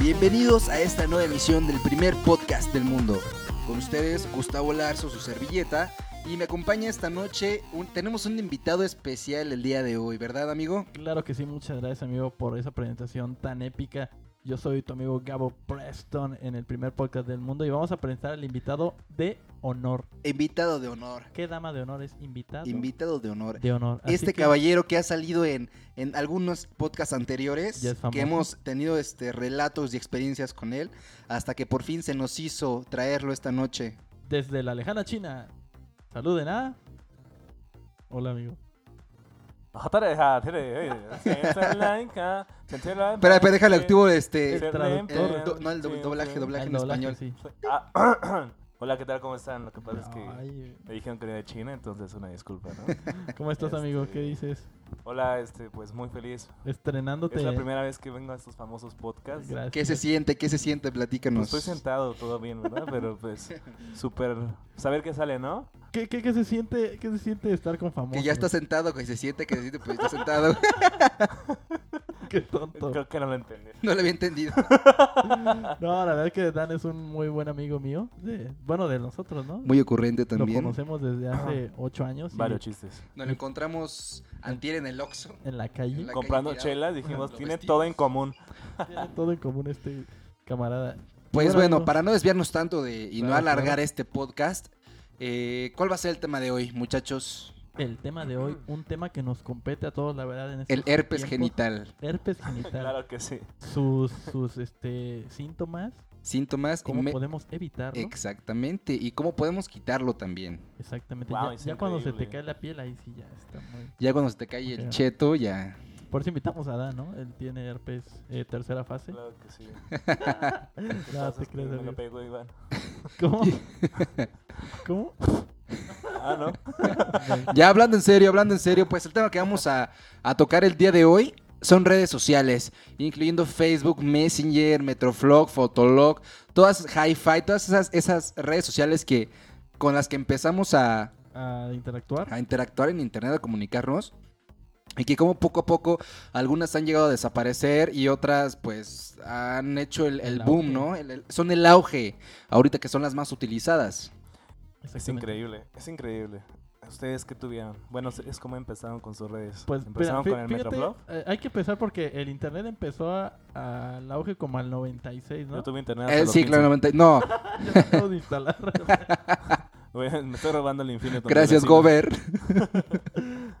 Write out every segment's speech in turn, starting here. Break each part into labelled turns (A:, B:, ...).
A: Bienvenidos a esta nueva emisión del primer podcast del mundo. Con ustedes, Gustavo Larzo, su servilleta. Y me acompaña esta noche, un- tenemos un invitado especial el día de hoy, ¿verdad, amigo?
B: Claro que sí, muchas gracias amigo por esa presentación tan épica. Yo soy tu amigo Gabo Preston en el primer podcast del mundo y vamos a presentar al invitado de honor.
A: Invitado de honor.
B: ¿Qué dama de honor es invitado?
A: Invitado de honor.
B: de honor. Así
A: Este
B: que
A: caballero que ha salido en, en algunos podcasts anteriores,
B: Ya es famoso.
A: que hemos tenido este, relatos y experiencias con él, hasta que por fin se nos hizo traerlo esta noche.
B: Desde la lejana China. Saluden a. Hola amigo.
A: Espera,
C: Espera,
A: espera, déjale activo este...
C: Sí,
A: el
B: traductor.
C: eh,
A: do- no, el do-
C: sí,
A: doblaje,
C: sí.
A: doblaje
B: El
A: en
B: doblaje,
A: español.
B: sí.
C: Ah, Hola, ¿qué tal? ¿Cómo están? Lo que pasa es que
B: Ay,
C: me dijeron que era de China, entonces una disculpa, ¿no?
B: ¿Cómo estás
C: Este-
B: amigo? ¿Qué dices?
C: Hola, este, pues muy feliz.
B: Estrenándote.
C: Es la primera vez que vengo a estos famosos podcasts.
B: Gracias.
A: ¿Qué se siente? ¿Qué se siente?
C: Pues
A: Platícanos.
C: estoy sentado, todo bien, ¿verdad? Pero pues súper... Saber qué sale, ¿no?
B: ¿Qué, qué- qué se siente? ¿Qué se siente estar con famosos?
A: que ya está sentado, que se siente, que se siente, pues está sentado.
B: Qué tonto.
C: Creo que no lo entendí.
A: No lo había entendido.
B: No, la verdad es que Dan es un muy buen amigo mío. de- bueno, de nosotros, ¿no?
A: Muy ocurrente
B: Lo
A: también.
B: conocemos desde hace ocho años. y
C: Varios chistes.
A: Nos lo encontramos antier en el Oxxo.
B: en la calle.
A: En la-
C: Comprando
A: calle tirado.
C: chelas, dijimos,
A: Lo
C: tiene
A: vestimos.
C: todo en común.
B: Tiene todo en común este camarada.
A: Pues
B: Bueno,
A: bueno,
B: amigo.
A: para no desviarnos tanto de y no
B: Claro,
A: alargar
B: claro.
A: este podcast, eh, ¿cuál va a ser el tema de hoy, muchachos?
B: El tema de hoy, un tema que nos compete a todos, la verdad, en estos
A: El herpes
B: tiempos.
A: genital.
B: Herpes genital.
C: Claro que sí.
B: Sus, sus este, síntomas,
A: Síntomas. y
B: cómo
A: me-
B: podemos evitarlo.
A: Exactamente. Y cómo podemos quitarlo también.
B: Exactamente.
C: Wow,
B: ya
C: es
B: ya cuando se te
C: increíble.
B: cae la piel, ahí sí ya está muy...
A: Ya cuando se te cae el
B: Ok.
A: cheto, ya.
B: Por eso invitamos a Dan, ¿no? Él tiene herpes eh, tercera fase.
C: Claro que sí.
B: No,
C: Entonces,
B: te crees,
C: me lo
B: amigo.
C: pegó Iván.
B: ¿Cómo? ¿Cómo?
C: Ah, ¿no?
A: Ya hablando en serio, hablando en serio, pues el tema que vamos a, a tocar el día de hoy son redes sociales, incluyendo Facebook, Messenger, Metroflog, Fotolog, todas Hi-Fi, todas esas, esas redes sociales que con las que empezamos a,
B: ¿A interactuar?
A: a interactuar en internet, a comunicarnos. Y que como poco a poco algunas han llegado a desaparecer y otras pues han hecho el, el
B: El
A: boom,
B: auge.
A: ¿no? El- el- son el auge, ahorita que son las más utilizadas.
C: Es
B: Exactamente.
C: increíble, es increíble. ¿Ustedes qué tuvieron? Bueno, es como empezaron con sus redes.
B: Pues mira,
C: empezaron
B: fí-
C: con el
B: fíjate,
C: Metroflog.
B: eh, hay que empezar porque el internet empezó a- al auge como al 96, ¿no?
C: Yo tuve internet. hasta
A: Eh,
C: los
A: sí, claro,
C: 15.
A: 90 no,
B: Ya lo acabo de instalar.
C: Güey, me estoy robando el infinito.
A: gracias
C: Gober
A: Gober.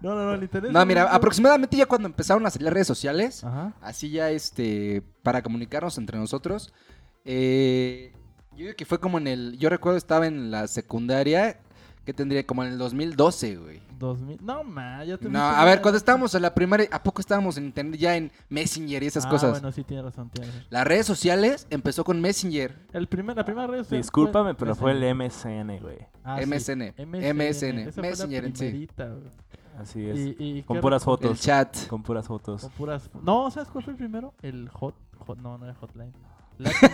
B: No, no, no, el internet.
A: No,
B: según
A: mira,
B: yo-
A: aproximadamente ya cuando empezaron a salir las redes sociales,
B: Ajá.
A: así ya este, para comunicarnos entre nosotros, eh, yo digo que fue como en el, yo recuerdo estaba en la secundaria, que tendría como en el 2012, güey.
B: 2000. No, ma, ya te
A: No, a ver, cuando estábamos en la primaria, ¿a poco estábamos en internet ya en Messenger y esas
B: ah,
A: cosas?
B: Bueno, sí, tienes razón, tienes razón.
A: Las redes sociales empezó con Messenger,
B: El primer, la primera red social.
C: Discúlpame, pero fue el E
B: MSN.
C: MSN, güey.
B: Ah, sí,
A: MSN,
B: MSN.
A: MSN,
B: Esa fue la
A: Messenger en sí.
B: primerita, güey.
C: Así es.
B: Y, y
C: con
B: qué
C: puras
B: re-
A: el
C: fotos.
A: chat.
C: Con puras fotos.
B: Con puras. No, ¿sabes cuál fue el primero? El hot. hot- no, no era hotline. Latin-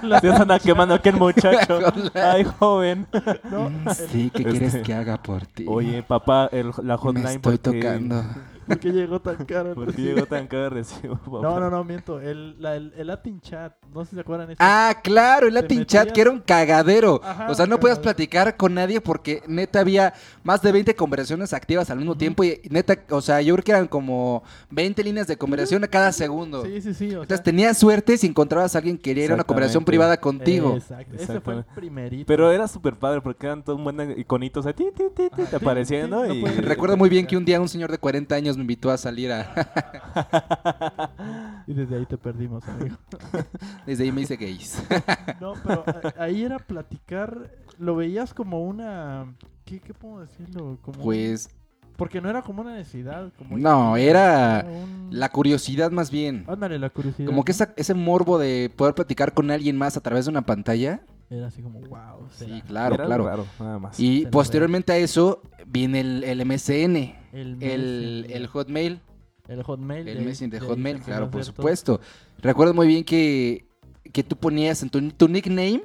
C: Se
B: Latin-
C: anda quemando aquel muchacho. Ay, joven.
B: no,
A: Mm,
B: el-
A: Sí, ¿qué
C: Este-
A: quieres que haga por ti?
C: Oye, papá, el- la
A: me
C: hotline.
A: estoy
C: ¿por qué-
A: tocando.
B: ¿Por qué llegó tan caro? el
C: ¿Por qué
B: recibo?
C: llegó tan caro el recibo, papá?
B: No, no, no, miento. El, la- el, el Latin Chat. No sé si se acuerdan. ese.
A: Ah, claro, el
B: Te
A: Latin Chat,
B: metías-
A: que era un cagadero.
B: Ajá,
A: o sea, no podías
B: cagadero.
A: platicar con nadie porque neta había más de 20 conversaciones activas al mismo
B: Ujú.
A: tiempo. Y neta, o sea, yo creo que eran como 20 líneas de conversación a cada segundo.
B: Sí, sí, sí. o
A: Entonces
B: sea,
A: tenías suerte si encontrabas a alguien que quería ir a una conversación
C: Exactamente.
A: privada contigo.
B: Exacto. Ese fue el
C: Exactamente.
B: primerito.
C: Pero era súper padre porque eran todo un buen de iconitos. ahí, ti, ti, ti, ti,
B: Ajá.
C: te aparecían,
B: Sí,
C: ¿no?
B: sí, no
C: Y-
B: puedes-
A: Recuerdo muy bien que un día un señor de 40 años me invitó a salir a...
B: Y desde ahí te perdimos, amigo.
A: Desde ahí me hice gays.
B: No, pero a- ahí era platicar. Lo veías como una. ¿Qué, qué puedo decirlo? Como un-
A: Pues
B: Porque no era como una necesidad. Como
A: No, era
B: un-
A: la curiosidad más bien.
B: Ándale, la curiosidad.
A: Como que
B: ¿no?
A: esa- ese morbo de poder platicar con alguien más a través de una pantalla.
B: Era así como, wow.
A: Sí,
B: será
A: claro,
C: era
A: claro.
C: raro, nada más.
A: Y
B: Se lo
A: posteriormente a eso viene el, el MSN,
B: El,
A: el,
B: Messenger,
A: el Hotmail,
B: el Hotmail.
A: el
B: ahí-
A: Messenger de
B: ahí
A: Hotmail,
B: se
A: claro, por
B: conocieron todos.
A: supuesto. Recuerdo muy bien que, que tú ponías en tu, tu nickname,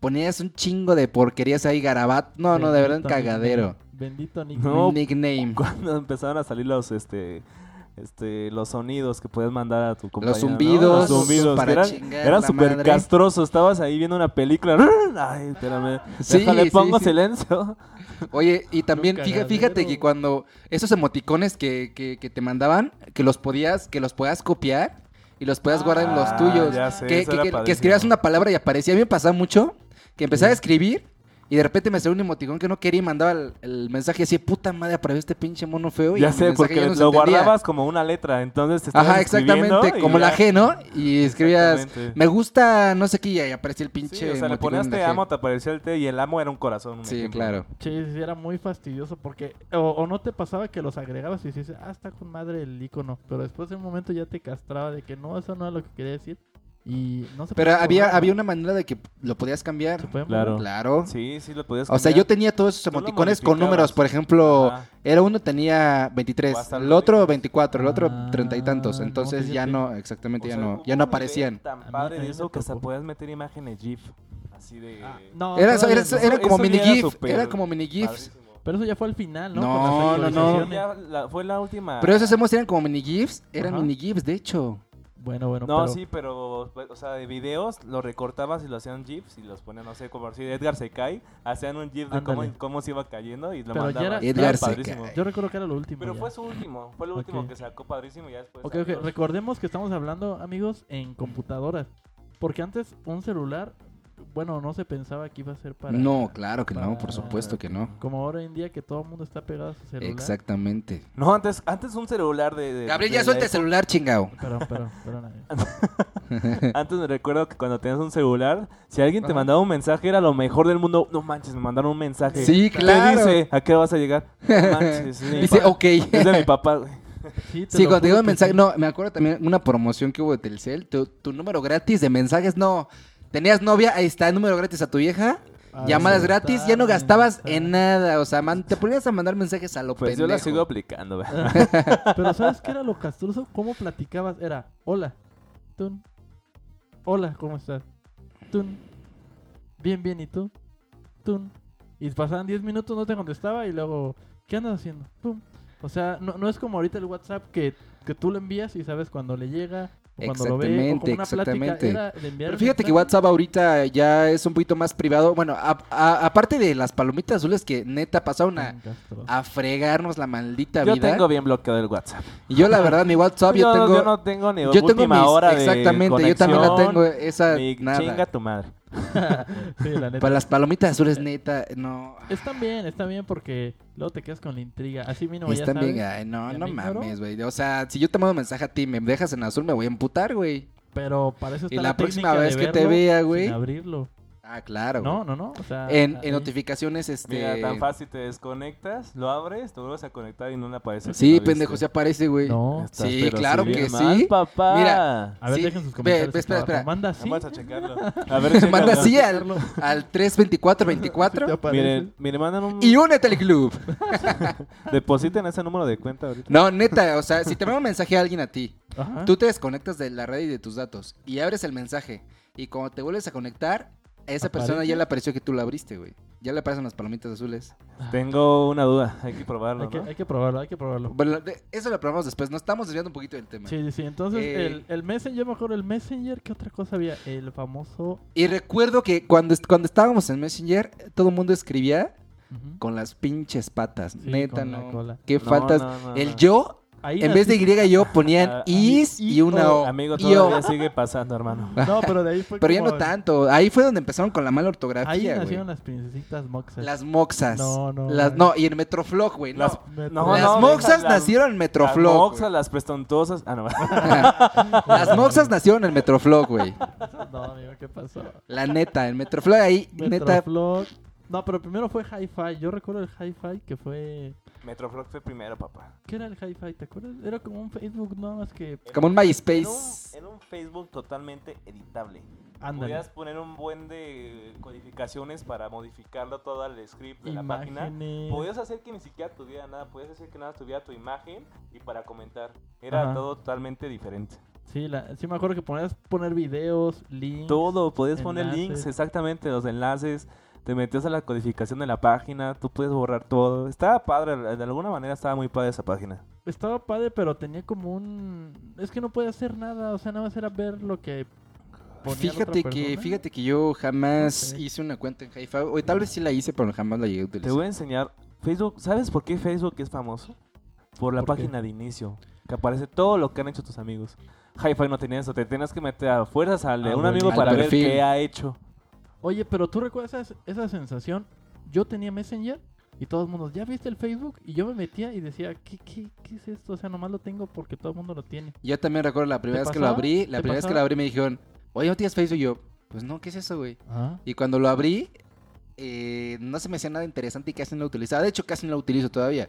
A: ponías un chingo de porquerías ahí, garabat. No, no, de verdad, un
B: Bendito nickname.
A: cagadero.
B: Bendito Nick.
C: No.
A: Un nickname.
C: Cuando empezaron a salir los, este... este, los sonidos que puedes mandar a tu compañero.
A: zumbidos
C: Los zumbidos.
A: para
C: que eran
A: chingar
C: eran
A: la
C: súper
A: madre.
C: castrosos. Estabas ahí viendo una película. Ay, espérame.
A: Sí,
C: Déjale,
A: sí,
C: pongo
A: sí.
C: silencio.
A: Oye, y también
B: Un
A: fija-
B: cagadero.
A: fíjate que cuando esos emoticones que, que- que te mandaban, que los podías, que los podías copiar y los podías guardar en los
C: Ah,
A: tuyos.
C: ya sé,
A: que,
C: eso
A: que-
C: era
A: que- que
C: padrísimo.
A: escribías una palabra y aparecía. A mí me pasaba mucho que empezaba a escribir y de repente me salía un emoticón que no quería y mandaba el, el mensaje así, puta madre, apareció este pinche mono feo. Y
C: Ya
A: el
C: sé,
A: mensaje
C: porque
A: ya no
C: lo
A: se entendía.
C: guardabas como una letra. Entonces te estabas
A: Ajá,
C: escribiendo
A: exactamente,
C: y
A: como la
C: ya.
A: G, ¿no? Y escribías,
C: Exactamente.
A: me gusta, no sé qué, y ahí aparecía el pinche
C: Sí, o sea, le
A: emoticón
C: ponías
A: de
C: te
A: la G.
C: amo, te apareció el T y el amo era un corazón. un
A: Sí,
C: ejemplo.
A: claro.
B: Sí, sí, era muy fastidioso porque... O, o no te pasaba que los agregabas y dices, ah, está con madre el icono. Pero después de un momento ya te castraba de que no, eso no es lo que quería decir. Y no se
A: Pero
B: podía
A: había,
B: borrar,
A: había
B: ¿no?
A: una manera de que lo podías cambiar.
B: Se podía
C: Claro.
B: borrar.
A: Claro.
C: Sí, sí, lo podías
A: O sea,
C: cambiar.
A: yo tenía todos esos
C: Tú lo
A: emoticones con números.
C: modificabas.
A: Por ejemplo,
C: Ajá.
A: era uno tenía
C: O
A: 23,
C: hasta
A: el
C: los
A: otro
C: dígitos.
A: 24, el otro
B: Ah,
A: treinta y tantos.
B: no,
A: Entonces ya
B: fíjate.
A: no, exactamente
C: O
A: ya
C: sea,
A: no, ya no
C: hubo un nivel
A: aparecían.
B: A mí-
C: tan padre
B: a mí
C: de
B: me
C: eso que hasta
B: tocó.
C: podías meter imágenes GIF. Así de.
B: Ah, no,
A: Era,
B: todavía
A: era-
B: no.
A: era como
C: Eso ya
A: mini
C: era
A: GIF,
C: súper
A: era como mini GIFs.
C: padrísimo.
B: Pero eso ya fue al final, ¿no?
A: No,
B: Con las
A: no, no.
C: Eso ya
B: actualizaciones.
C: la- fue la última.
A: Pero esos hemos eran como mini GIFs, eran
B: Ajá.
A: mini GIFs, de hecho.
B: Bueno, bueno,
C: No,
B: pero...
C: sí, pero, o sea, de videos lo recortabas y lo hacían GIFs y los ponían, no sé, como si Edgar se cae, hacían un GIF de cómo,
B: Ándale.
C: cómo se iba cayendo y lo
B: Pero ya
C: mandaban.
B: era-
A: Edgar se
C: padrísimo.
A: cae.
B: Yo recuerdo que era lo último.
C: Pero
B: ya.
C: fue su último, fue lo último
B: Ok.
C: que sacó padrísimo y ya después.
B: Ok, ok,
C: adiós.
B: recordemos que estamos hablando, amigos, en computadoras. Porque antes un celular, bueno, no se pensaba que iba a ser para.
A: No, claro que no,
B: para-
A: por supuesto que no.
B: Como ahora en día que todo el mundo está pegado a su celular.
A: Exactamente.
C: No, antes, antes un celular de. de-
A: Gabriel,
C: de
A: ya
C: la
A: suelta el
C: época-
A: celular, chingao.
B: Pero, pero, pero nada.
C: Antes me recuerdo que cuando tenías un celular, si alguien te
A: Ajá.
C: mandaba un mensaje, era lo mejor del mundo. No manches, me mandaron un mensaje.
A: Sí, claro.
C: Te dice, ¿a qué hora vas a llegar? No manches, es de mi
A: Dice,
C: pa-
A: ok.
C: Es de mi papá, güey.
B: Sí, te
A: Sí,
B: lo
A: cuando
B: juro
A: digo
B: que
A: mensaje,
B: sí.
A: no, me acuerdo también una promoción que hubo de Telcel, tu, tu número gratis de mensajes, no. Tenías novia, ahí está, el número gratis a tu vieja,
B: Ah,
A: llamadas
B: sí,
A: gratis,
B: está,
A: ya no gastabas
B: está.
A: en nada, o sea, man- te ponías a mandar mensajes a lo
C: Pues yo
A: pendejo.
C: la sigo aplicando, güey.
B: Pero ¿sabes qué era lo castroso? ¿Cómo platicabas? Era, hola, tun. Hola, ¿cómo estás? Tun. Bien, bien, ¿y tú? Tun. Y pasaban 10 minutos, no te contestaba y luego, ¿qué andas haciendo? Pum. O sea, no, no es como ahorita el WhatsApp que, que tú lo envías y sabes cuando le llega o cuando lo ve. O
A: Exactamente,
B: como una plática
A: exactamente.
B: era de enviar
A: Pero
B: el
A: fíjate que
B: mensaje.
A: WhatsApp ahorita ya es un poquito más privado. Bueno, a- a- aparte de las palomitas azules que neta pasaron a,
B: Tan castroso.
A: a fregarnos la maldita
C: Yo
A: vida.
C: tengo bien bloqueado el WhatsApp.
A: Y yo la verdad, mi WhatsApp, yo,
C: yo,
A: tengo...
C: yo no tengo ni
A: yo tengo
C: última
A: mis-
C: hora de
A: exactamente, yo también la
C: conexión,
A: tengo esa
C: ni
A: nada.
C: chinga tu madre.
B: Sí, la neta.
A: Para las palomitas azules, neta, no.
B: Está bien, está bien porque luego te quedas con la intriga. Así mínimo ya
A: Están bien,
B: sabes.
A: ay, no,
B: ¿Ya
A: no
B: me ignoró?
A: mames, güey. O sea, si yo te mando un mensaje a ti y me dejas en azul, me voy a emputar, güey.
B: Pero para eso está
A: Y la próxima
B: técnica
A: vez
B: de
A: que te
B: verlo
A: vea,
B: sin
A: güey.
B: abrirlo.
A: Ah, claro. güey.
B: No, no, no. O sea,
A: En,
B: ahí.
A: en notificaciones, este.
C: Mira, tan fácil te desconectas, lo abres, te vuelves a conectar y no le aparece. que
A: Sí,
C: lo
A: pendejo, se
C: viste.
A: aparece, güey.
B: No.
C: Estás,
A: Sí,
C: pero
A: claro
C: bien
A: que
C: mal,
A: sí.
C: papá.
A: Mira,
B: A ver,
A: Sí,
B: dejen sus
A: ve,
B: comentarios.
A: ve, espera,
B: acá abajo.
A: espera.
B: Manda sí.
C: Vamos a checarlo. A ver, chécalo.
A: Manda así al,
B: Carlos.
A: al 324-24
C: Miren, miren, mandan un...
A: y únete al club.
C: Depositen ese número de cuenta ahorita.
A: No, neta, o sea, si te mando un mensaje a alguien a ti,
B: Ajá.
A: tú te desconectas de la red y de tus datos y abres el mensaje. Y cuando te vuelves a conectar, a esa persona
B: Aparece.
A: ya le apareció que tú la abriste, güey. Ya le aparecen las palomitas azules.
C: Tengo una duda, hay que probarlo,
B: hay, que,
C: ¿no?
B: hay que probarlo, hay que probarlo.
A: Bueno, de- eso lo probamos después. Nos estamos desviando un poquito del tema.
B: Sí, sí, sí. Entonces,
A: Eh.
B: el, el Messenger, mejor el Messenger, ¿qué otra cosa había? El famoso.
A: Y recuerdo que cuando, est- cuando estábamos en Messenger, todo el mundo escribía
B: Ujú.
A: con las pinches patas.
B: Sí,
A: Neta,
B: con la
A: no.
B: cola.
A: Qué
C: No,
A: faltas.
C: no, no,
A: el
C: no.
A: yo,
B: Ahí
A: en vez de
B: nací.
A: Y, yo ponían
C: Ah,
A: is
B: y-
A: y una O.
C: Amigo,
A: Yo. Ah,
C: todavía sigue pasando, hermano.
B: No, pero de ahí fue
A: Pero ya
B: como-
A: no tanto. Ahí fue donde empezaron con la mala
B: Ahí
A: ortografía, güey.
B: nacieron las princesitas Moxas.
A: Las moxas.
B: No, no,
A: Las,
B: ay.
A: no, y en Metroflog, güey. No.
C: Las-
A: Las,
B: Me-
C: No, no,
A: moxas
C: deja las-
A: nacieron en
C: Las
A: Metroflog.
C: moxas, las prestontosas. Ah, no.
A: güey. Las moxas nacieron en Metroflog, güey.
B: No, amigo, ¿qué pasó?
A: La neta, en Metroflog ahí, neta,
B: Metroflog. No, pero primero fue Hi-Fi. Yo recuerdo el Hi-Fi que fue.
C: Metroflog fue primero, papá.
B: ¿Qué era el Hi-Fi? ¿Te acuerdas? Era como un Facebook nada más que.
A: como un
C: Era un,
A: MySpace.
C: era un Facebook totalmente editable.
B: Ándale.
C: Podías poner un buen de codificaciones para modificarlo todo el script de la página.
B: Imágenes.
C: Podías hacer que ni siquiera tuviera nada, podías hacer que nada más tuviera tu imagen y para comentar. Era
B: Ajá.
C: todo totalmente diferente.
B: Sí, la- sí me acuerdo que podías poner videos, links.
C: Todo, podías poner links,
B: Enlaces.
C: exactamente, los enlaces. Te metías a la codificación de la página, tú puedes borrar todo. Estaba padre, de alguna manera estaba muy padre esa página.
B: estaba padre, pero tenía como un... Es que no podía hacer nada, o sea, nada más era ver lo que ponía la otra
A: Fíjate que,
B: persona.
A: fíjate que yo jamás
B: Ok.
A: hice una cuenta en hi O tal vez sí la hice, pero jamás la llegué a
C: Te
A: utilizar.
C: voy a enseñar. Facebook, ¿sabes por qué Facebook es famoso? Por la
B: ¿Por qué?
C: página de inicio, que aparece todo lo que han hecho tus amigos. Hi-Fi no tenía eso, te tenías que meter a fuerzas al de
B: Ah,
C: un
B: bueno.
C: amigo
A: Al
C: para ver
A: perfil.
C: qué ha hecho.
B: Oye, pero tú recuerdas esa, esa sensación. Yo tenía Messenger y todo el mundo, ¿ya viste el Facebook? Y yo me metía y decía, ¿qué, qué, qué es esto? O sea, nomás lo tengo porque todo el mundo lo tiene.
A: Yo también recuerdo la primera
B: ¿Te
A: vez que lo
B: pasaba?
A: abrí, la
B: ¿Te
A: primera vez que
B: pasaba?
A: lo abrí me dijeron, oye, ¿no tienes Facebook? Y yo, pues no, ¿qué es eso, güey?
B: Ah.
A: Y cuando lo abrí, eh, no se me hacía nada interesante y casi no lo utilizaba. De hecho, casi no lo utilizo todavía.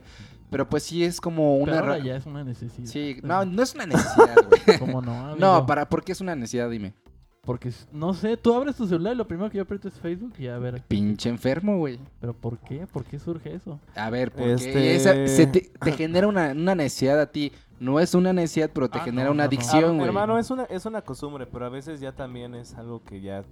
A: Pero pues sí es como
B: Pero
A: una...
B: ahora
A: ra-
B: ya es una necesidad.
A: Sí,
B: Pero,
A: no, no es una necesidad, güey.
B: ¿Cómo no?
A: No,
B: amigo?
A: para, ¿por qué es una necesidad? Dime.
B: Porque, s- no sé, tú abres tu celular y lo primero que yo aprieto es Facebook y a ver,
A: Pinche enfermo, güey.
B: ¿pero por qué? ¿Por qué surge eso?
A: A ver, porque
C: Este-
A: esa- se te, te genera una, una necesidad a ti. No es una necesidad, pero te
B: Ah,
A: genera
B: no,
A: una
B: no, no.
C: Ah,
A: adicción, güey.
C: hermano, es una, es una costumbre, pero a veces ya también es algo que ya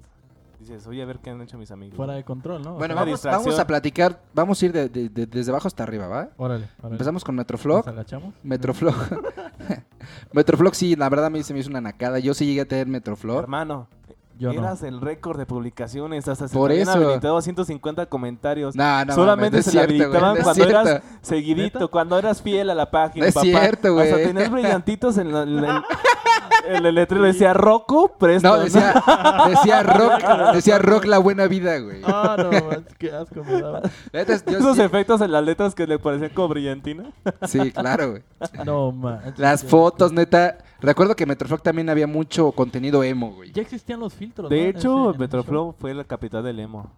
C: dices, oye, a ver qué han hecho mis amigos.
B: Fuera de control, ¿no? O
A: Bueno,
B: sea,
C: una
A: vamos,
C: distracción.
A: vamos a platicar. Vamos a ir de- de- de- desde abajo hasta arriba, ¿va?
B: Órale, órale.
A: Empezamos con Metroflog.
B: ¿Nos agachamos?
A: Metroflog. Metroflog, sí, la verdad a mí se me hizo una nacada. Yo sí llegué a tener Metroflog.
C: Hermano,
B: Yo no.
C: eras el récord de publicaciones, hasta se
A: Por
C: te habían
A: eso.
C: habilitado 150 comentarios.
A: No, no,
C: Solamente
A: mames,
C: se
A: no
C: le
A: es cierto, güey,
C: habilitaban
A: no es
C: cuando eras-
A: cierto.
C: Seguidito,
B: ¿Neta?
C: cuando eras fiel a la página.
A: No es
C: papá.
A: cierto, güey.
C: Hasta tenías brillantitos en, la- en la- en el letrero. Decía Rocco, presto.
A: No,
C: ¿no?
A: decía, decía rock, decía rock la buena vida, güey.
B: Ah, no, es que asco me daba.
A: La neta es- yo-
C: Esos
A: yo-
C: efectos en las letras que le parecían como brillantina.
A: sí, claro, güey.
B: No, man.
A: Las fotos, neta. Recuerdo que Metroflog también había mucho contenido emo, güey.
B: Ya existían los filtros, ¿no?
C: De
B: En ese- en
C: hecho,
B: ese show.
C: Metroflow fue la capital del emo.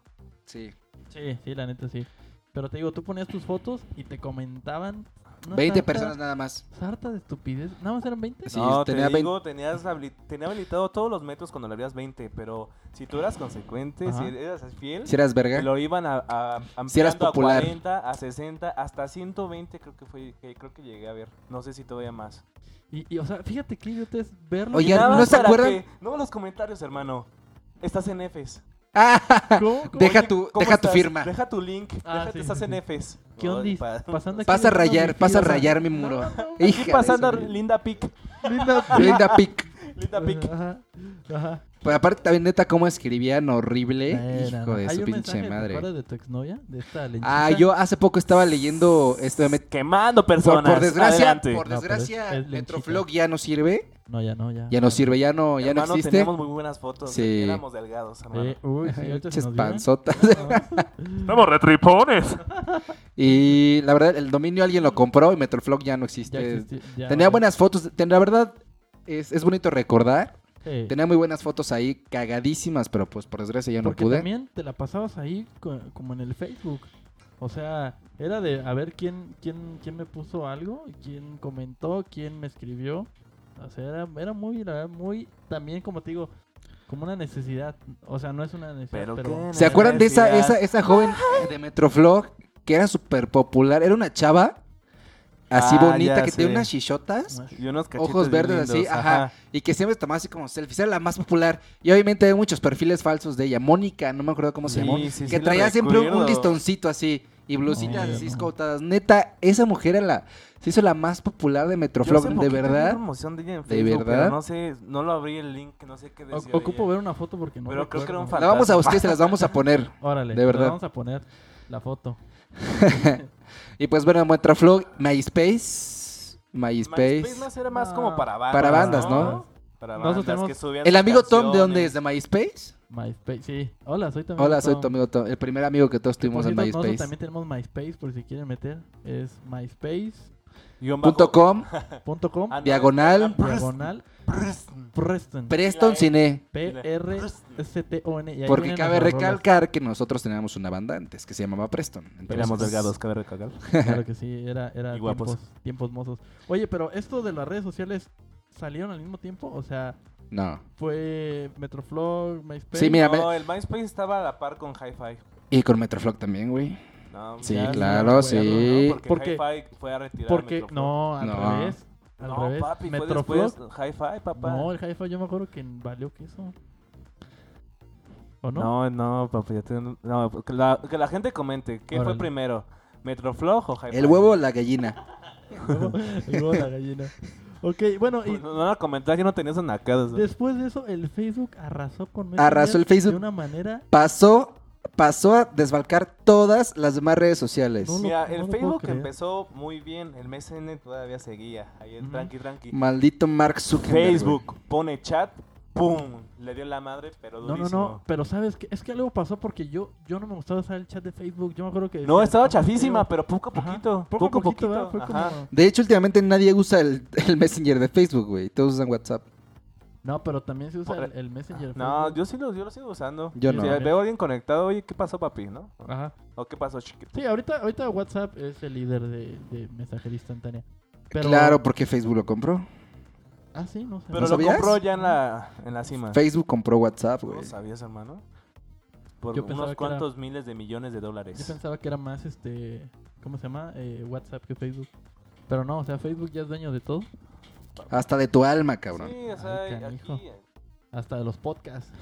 A: Sí.
B: Sí, sí, la neta sí. Pero te digo, tú ponías tus fotos y te comentaban... una
A: 20
B: sarta-
A: personas nada más.
B: Sarta de estupidez. ¿Nada más eran 20?
A: Sí,
C: no,
A: tenía
C: te digo, tenías habili- tenía habilitado todos los metros cuando le abrías 20, pero si tú eras consecuente,
B: Ajá.
C: si eras fiel,
A: Si eras verga.
C: lo iban a, a ampliando
A: ¿Eh? Si eras
C: a
A: popular.
C: 40, a 60, hasta 120 creo que fue, que creo que llegué a ver. No sé si todavía más.
B: Y, y, o sea, fíjate que yo te verlo...
A: Oye,
C: Y nada
A: ¿no
C: más
A: se
C: para
A: acuerdan?
C: que- no los comentarios, hermano. Estás en Fs.
A: Ah,
B: ¿Cómo? ¿Cómo?
A: Deja
C: Oye,
A: tu-
C: ¿cómo
A: deja tu
C: estás?
A: firma.
C: Deja tu link.
B: Ah,
C: deja-
B: sí,
C: estás
B: sí,
C: en
B: sí.
C: Fs.
B: ¿Qué
C: Ay,
B: ondis?
C: pa-
B: Pasando aquí
A: pasa a
B: de fondo,
A: rayar,
B: mi
A: pasa a
B: tío.
A: rayar mi muro.
C: Aquí
A: Hija de
C: pasando
A: su-
C: Linda Pic.
B: Linda
A: Linda Pic.
C: Linda Pic.
B: Ajá, ajá.
A: Pero aparte también neta cómo escribían horrible.
B: Era,
A: Hijo
B: ¿no?
A: de
B: Hay
A: su
B: un mensaje,
A: pinche
B: ¿te
A: madre.
B: acuerdas de tu exnovia? De esta leyenda.
A: Ah, yo hace poco estaba leyendo esto de Met-
C: Quemando
A: por,
C: personas.
A: por desgracia,
C: Adelante.
A: por
B: No, pero
A: desgracia,
B: es- Ah. es lenchita.
A: Metroflog ya no sirve,
B: No, ya no, ya.
A: ya no sirve, ya no, ya no
C: Hermano,
A: existe.
C: teníamos muy buenas fotos.
A: Sí.
C: Éramos delgados, hermano.
B: Eh, uy, sí, ahorita se
A: Pinches
B: nos dio, ¿eh?
A: panzotas.
D: Estamos retripones.
A: Y la verdad, el dominio alguien lo compró y Metroflog ya no
B: Ya
A: existe.
B: existi- ya,
A: Tenía
B: ya.
A: buenas fotos, ten- la verdad es, es bonito recordar.
B: Sí. Eh.
A: Tenía muy buenas fotos ahí, cagadísimas, pero pues por desgracia ya no
B: Porque
A: pude.
B: también te la pasabas ahí co- como en el Facebook. O sea, era de a ver quién, quién, quién me puso algo, quién comentó, quién me escribió. O sea, era, era muy, la verdad, muy, también como te digo, como una necesidad. O sea, no es una necesidad,
C: Pero
B: pero...
C: qué
A: ¿Se acuerdan de esa,
C: Necesidad.
A: esa, esa joven de Metroflog que era súper popular? Era una chava así
C: Ah,
A: bonita
C: ya
A: que
C: sé.
A: tenía unas chichotas
C: Y unos cachetes
A: ojos
C: bien
A: verdes así,
C: lindos,
A: ajá, y que siempre tomaba así como selfies, era la más popular. Y obviamente hay muchos perfiles falsos de ella. Mónica, no me acuerdo cómo se
C: Sí,
A: llamó,
C: sí,
A: que
C: sí, lo
A: traía siempre un, un
C: recuerdo.
A: listoncito así y blusitas
B: No,
A: así
B: no.
A: escotadas. Neta, esa mujer era la, se hizo la más popular de
C: Yo
A: Metroflog,
C: hace
A: de
C: poquito vi
A: verdad.
C: promoción de ella en
A: ¿De
C: Facebook, pero
A: verdad?
C: no sé, no lo abrí el link, no sé qué
B: O-
C: decía.
B: ocupo
C: ella.
B: ver una foto porque no
C: Pero creo que era un
B: recuerdo.
C: fan-
A: La vamos a buscar y se las vamos a poner.
B: Órale,
A: De
B: le
A: verdad.
B: vamos a poner la foto.
A: Y pues bueno, Metroflog, MySpace, MySpace.
C: MySpace más era más como para bandas.
A: Para bandas, ¿no?
C: Para
B: Nosotros
C: bandas
B: tenemos-
C: que subían
A: El
C: sus
A: amigo Tom, ¿de dónde
C: canciones.
A: es? ¿De MySpace?
B: MySpace, sí. Hola, soy también.
A: Hola, soy tu amigo Tom, el primer amigo que todos tuvimos en MySpace.
B: También tenemos MySpace por si quieren meter. Es myspace.com
C: Guión bajo-
A: Punto com,
C: Ah, no,
A: diagonal,
C: Preston.
B: diagonal Preston.
A: Preston Cine.
B: P-R-S-T-O-N. y ahí
A: Porque
B: vienen
A: cabe
B: nuestras rolas.
A: recalcar que nosotros teníamos una banda antes que se llamaba Preston. Entonces, pues,
C: Éramos delgados, cabe recalcar.
B: Claro que sí, era, era
C: Y guapos.
B: tiempos, tiempos mozos. Oye, pero esto de las redes sociales salieron al mismo tiempo, o sea,
A: No.
B: fue Metroflog, MySpace.
A: Sí, mira,
C: No, el MySpace estaba a la par con Hi-Fi.
A: Y con Metroflog también, güey.
C: No,
A: Sí,
C: ya,
A: claro,
B: sí.
A: sí.
B: Porque-
C: Porque, Hi-Fi fue a retirar.
B: Porque
C: Metroflog.
B: no, al
A: No.
B: revés, al
C: No,
B: revés.
C: papi, fue
B: Metroflog
C: después Hi-Fi, papá.
B: No, el hi yo me acuerdo que valió queso. ¿O no?
C: No, no, papi. ya te- no, que, la, que la gente comente. ¿Qué fue
B: Órale.
C: primero? ¿Metroflog o Hi-Fi?
A: El huevo o la gallina.
B: Y luego la gallina. Ok, bueno, y
C: No, no la comentar, yo no tenía esas nacadas. güey.
B: después de eso, el Facebook arrasó con Messenger
A: Arrasó el Facebook.
B: De una manera.
A: Pasó, pasó a desbalcar todas las demás redes sociales.
B: No lo-
C: Mira,
B: no
C: el
B: lo puedo
C: Facebook
B: creer.
C: empezó muy bien, el MSN todavía seguía. Ahí el
B: Ujú.
C: tranqui tranqui.
A: Maldito Mark Zuckerberg.
C: Facebook pone chat, ¡pum! Le dio la madre, pero
B: No, no,
C: durísimo.
B: no, pero sabes que es que algo pasó porque yo, yo no me gustaba usar el chat de Facebook. Yo me acuerdo que.
C: No,
B: decía,
C: estaba
B: "Ah,
C: chafísima,
B: creo".
C: pero poco a
B: Ajá,
C: poquito.
B: Poco a
C: poco a
B: poquito, ¿verdad? Fue
C: ajá.
B: como-
A: De hecho, últimamente nadie usa el, el Messenger de Facebook, güey. Todos usan WhatsApp.
B: No, pero también se usa
C: Por-
B: el, el Messenger. de
C: No,
B: Facebook. eh.
C: yo sí lo, yo lo sigo usando.
A: Yo
C: Si
A: no.
C: veo a alguien conectado, oye, ¿qué pasó, papi? ¿No?
B: Ajá.
C: ¿O qué pasó, chiquito?
B: Sí, ahorita, ahorita WhatsApp es el líder de, de mensajería instantánea. Pero-
A: Claro, porque Facebook lo compró.
B: Ah, sí, no sé.
C: Pero
A: ¿No
C: lo
A: sabías?
C: compró ya en la, en la cima.
A: Facebook compró WhatsApp,
C: ¿No lo
A: güey.
C: sabías, hermano? Por
B: Yo pensaba que
C: unos
B: era-
C: cuantos miles de millones de dólares.
B: Yo pensaba que era más este. ¿Cómo se llama? Eh, WhatsApp que Facebook. Pero no, o sea, Facebook ya es dueño de todo.
A: Hasta de tu alma, cabrón.
C: Sí, o sea,
B: Ay, canijo.
C: aquí...
B: Hasta de los podcasts.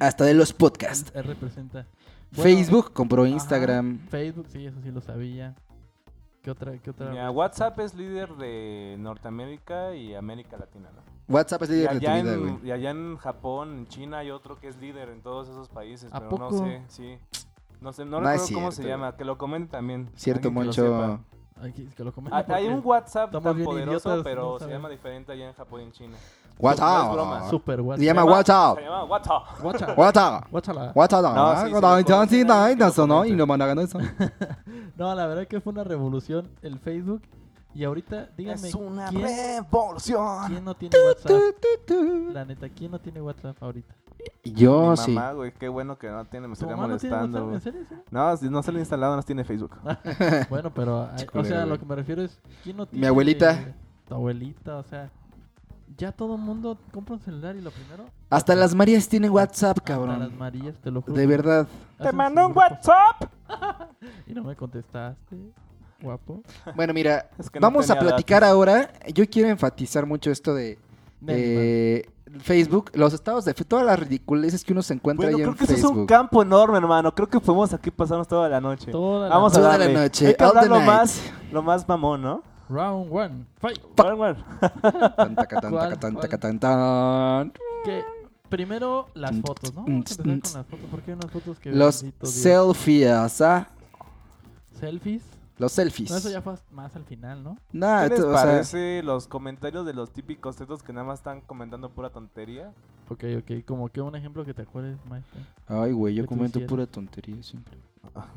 A: Hasta de los podcasts.
B: Él representa. Bueno,
A: Facebook compró
B: ajá,
A: Instagram.
B: Facebook, sí, eso sí lo sabía. ¿Qué otra? ¿Qué otra?
C: Mira, WhatsApp es líder de Norteamérica y América Latina, ¿no?
A: WhatsApp es
C: Y
A: líder de tu
C: allá,
A: vida, güey.
C: en, y allá en Japón, en China hay otro que es líder en todos esos países,
B: ¿A
C: pero
B: poco?
C: no sé, sí. No sé, no,
A: No es
C: recuerdo cómo se
A: cierto,
C: llama, que lo comente también.
A: Cierto,
C: alguien que lo
A: Moncho.
C: sepa.
B: Aquí, que lo comento
C: Hay, Ah, hay
B: porque
C: un WhatsApp
B: estamos
C: tan
B: bien
C: poderoso,
B: idiotas,
C: pero
B: no
C: se
B: sabemos.
C: llama diferente allá en Japón y en China. No es broma.
A: WhatsApp.
B: Super WhatsApp.
A: Ah. Se llama
C: Se llama-
A: WhatsApp.
C: Se llama
B: WhatsApp.
C: WhatsApp.
A: WhatsApp.
B: Guáchala.
A: WhatsApp.
C: No, sí, sí, lo
A: Ah,
C: conocen,
A: sí,
C: ahí, que lo
A: eso, ¿no? Y
C: comenten.
A: lo mandaron eso.
B: No, la verdad que fue una revolución el Facebook. Y ahorita, díganme.
C: es una
B: ¿quién,
C: revolución.
B: quién no tiene WhatsApp? La neta, ¿quién no tiene WhatsApp ahorita?
A: Pues Yo
C: Mi
A: Oh, sí.
C: mamá, güey, qué bueno que no tiene, me
B: ¿Tu
C: estaría
B: mamá no tiene
C: molestando,
B: WhatsApp?
C: güey.
B: ¿En serio? Ah, ¿En serio?
C: No, si no se le ha instalado, no tiene Facebook.
B: Bueno, pero, ay, o
A: Culero,
B: sea,
A: güey.
B: lo que me refiero es, ¿quién no tiene...
A: abuelita.
B: Tu abuelita, o sea, ya todo el mundo compra un celular y lo primero...
A: Hasta las Marías tienen WhatsApp,
B: hasta las
A: cabrón.
B: Marías, te lo juro.
A: De verdad.
B: Hacen
C: ¡Te
B: su
C: mandó un
B: grupo
C: WhatsApp!
B: Y no me contestaste, guapo.
A: Bueno, mira,
C: Es que no
A: vamos a
C: tenía
A: platicar ahora. Yo quiero enfatizar mucho esto de
B: Nel,
A: eh, Facebook, los estados de fe- todas las ridiculeces que uno se encuentra
C: Bueno,
A: ahí
C: creo
A: en
C: que eso es un
A: Facebook.
C: campo enorme, hermano. Creo que fuimos aquí pasarnos toda la noche.
B: man. Toda
C: Vamos a
B: la...
A: Toda la
C: darle.
A: noche,
C: Hay que
A: all the
C: hablar lo
A: night.
C: más, lo más mamón, ¿no?
B: Round one, fight.
C: Bueno, bueno.
A: Tan, taca, tan,
B: ¿Cuál?
A: taca, tan,
B: ¿Cuál?
A: taca, tan, tan.
B: Que primero las
A: Tun,
B: fotos, ¿no?
A: tun,
B: Vamos a empezar
A: tun,
B: con las fotos, porque hay unas fotos que...
A: Mm, Los
B: bendito Dios.
A: selfies, ¿ah?
B: Selfies.
A: Los selfies.
B: No, eso ya fue más al final, ¿no?
A: Nah,
C: ¿Qué les
A: esto, Ah, o sea,
C: parece los comentarios de los típicos tetos que nada más están comentando pura tontería?
B: Ok, ok, como que un ejemplo que te acuerdes, Mike.
A: Ay, güey, yo
B: ¿Qué tú
A: comento
B: hicieras?
A: pura tontería siempre.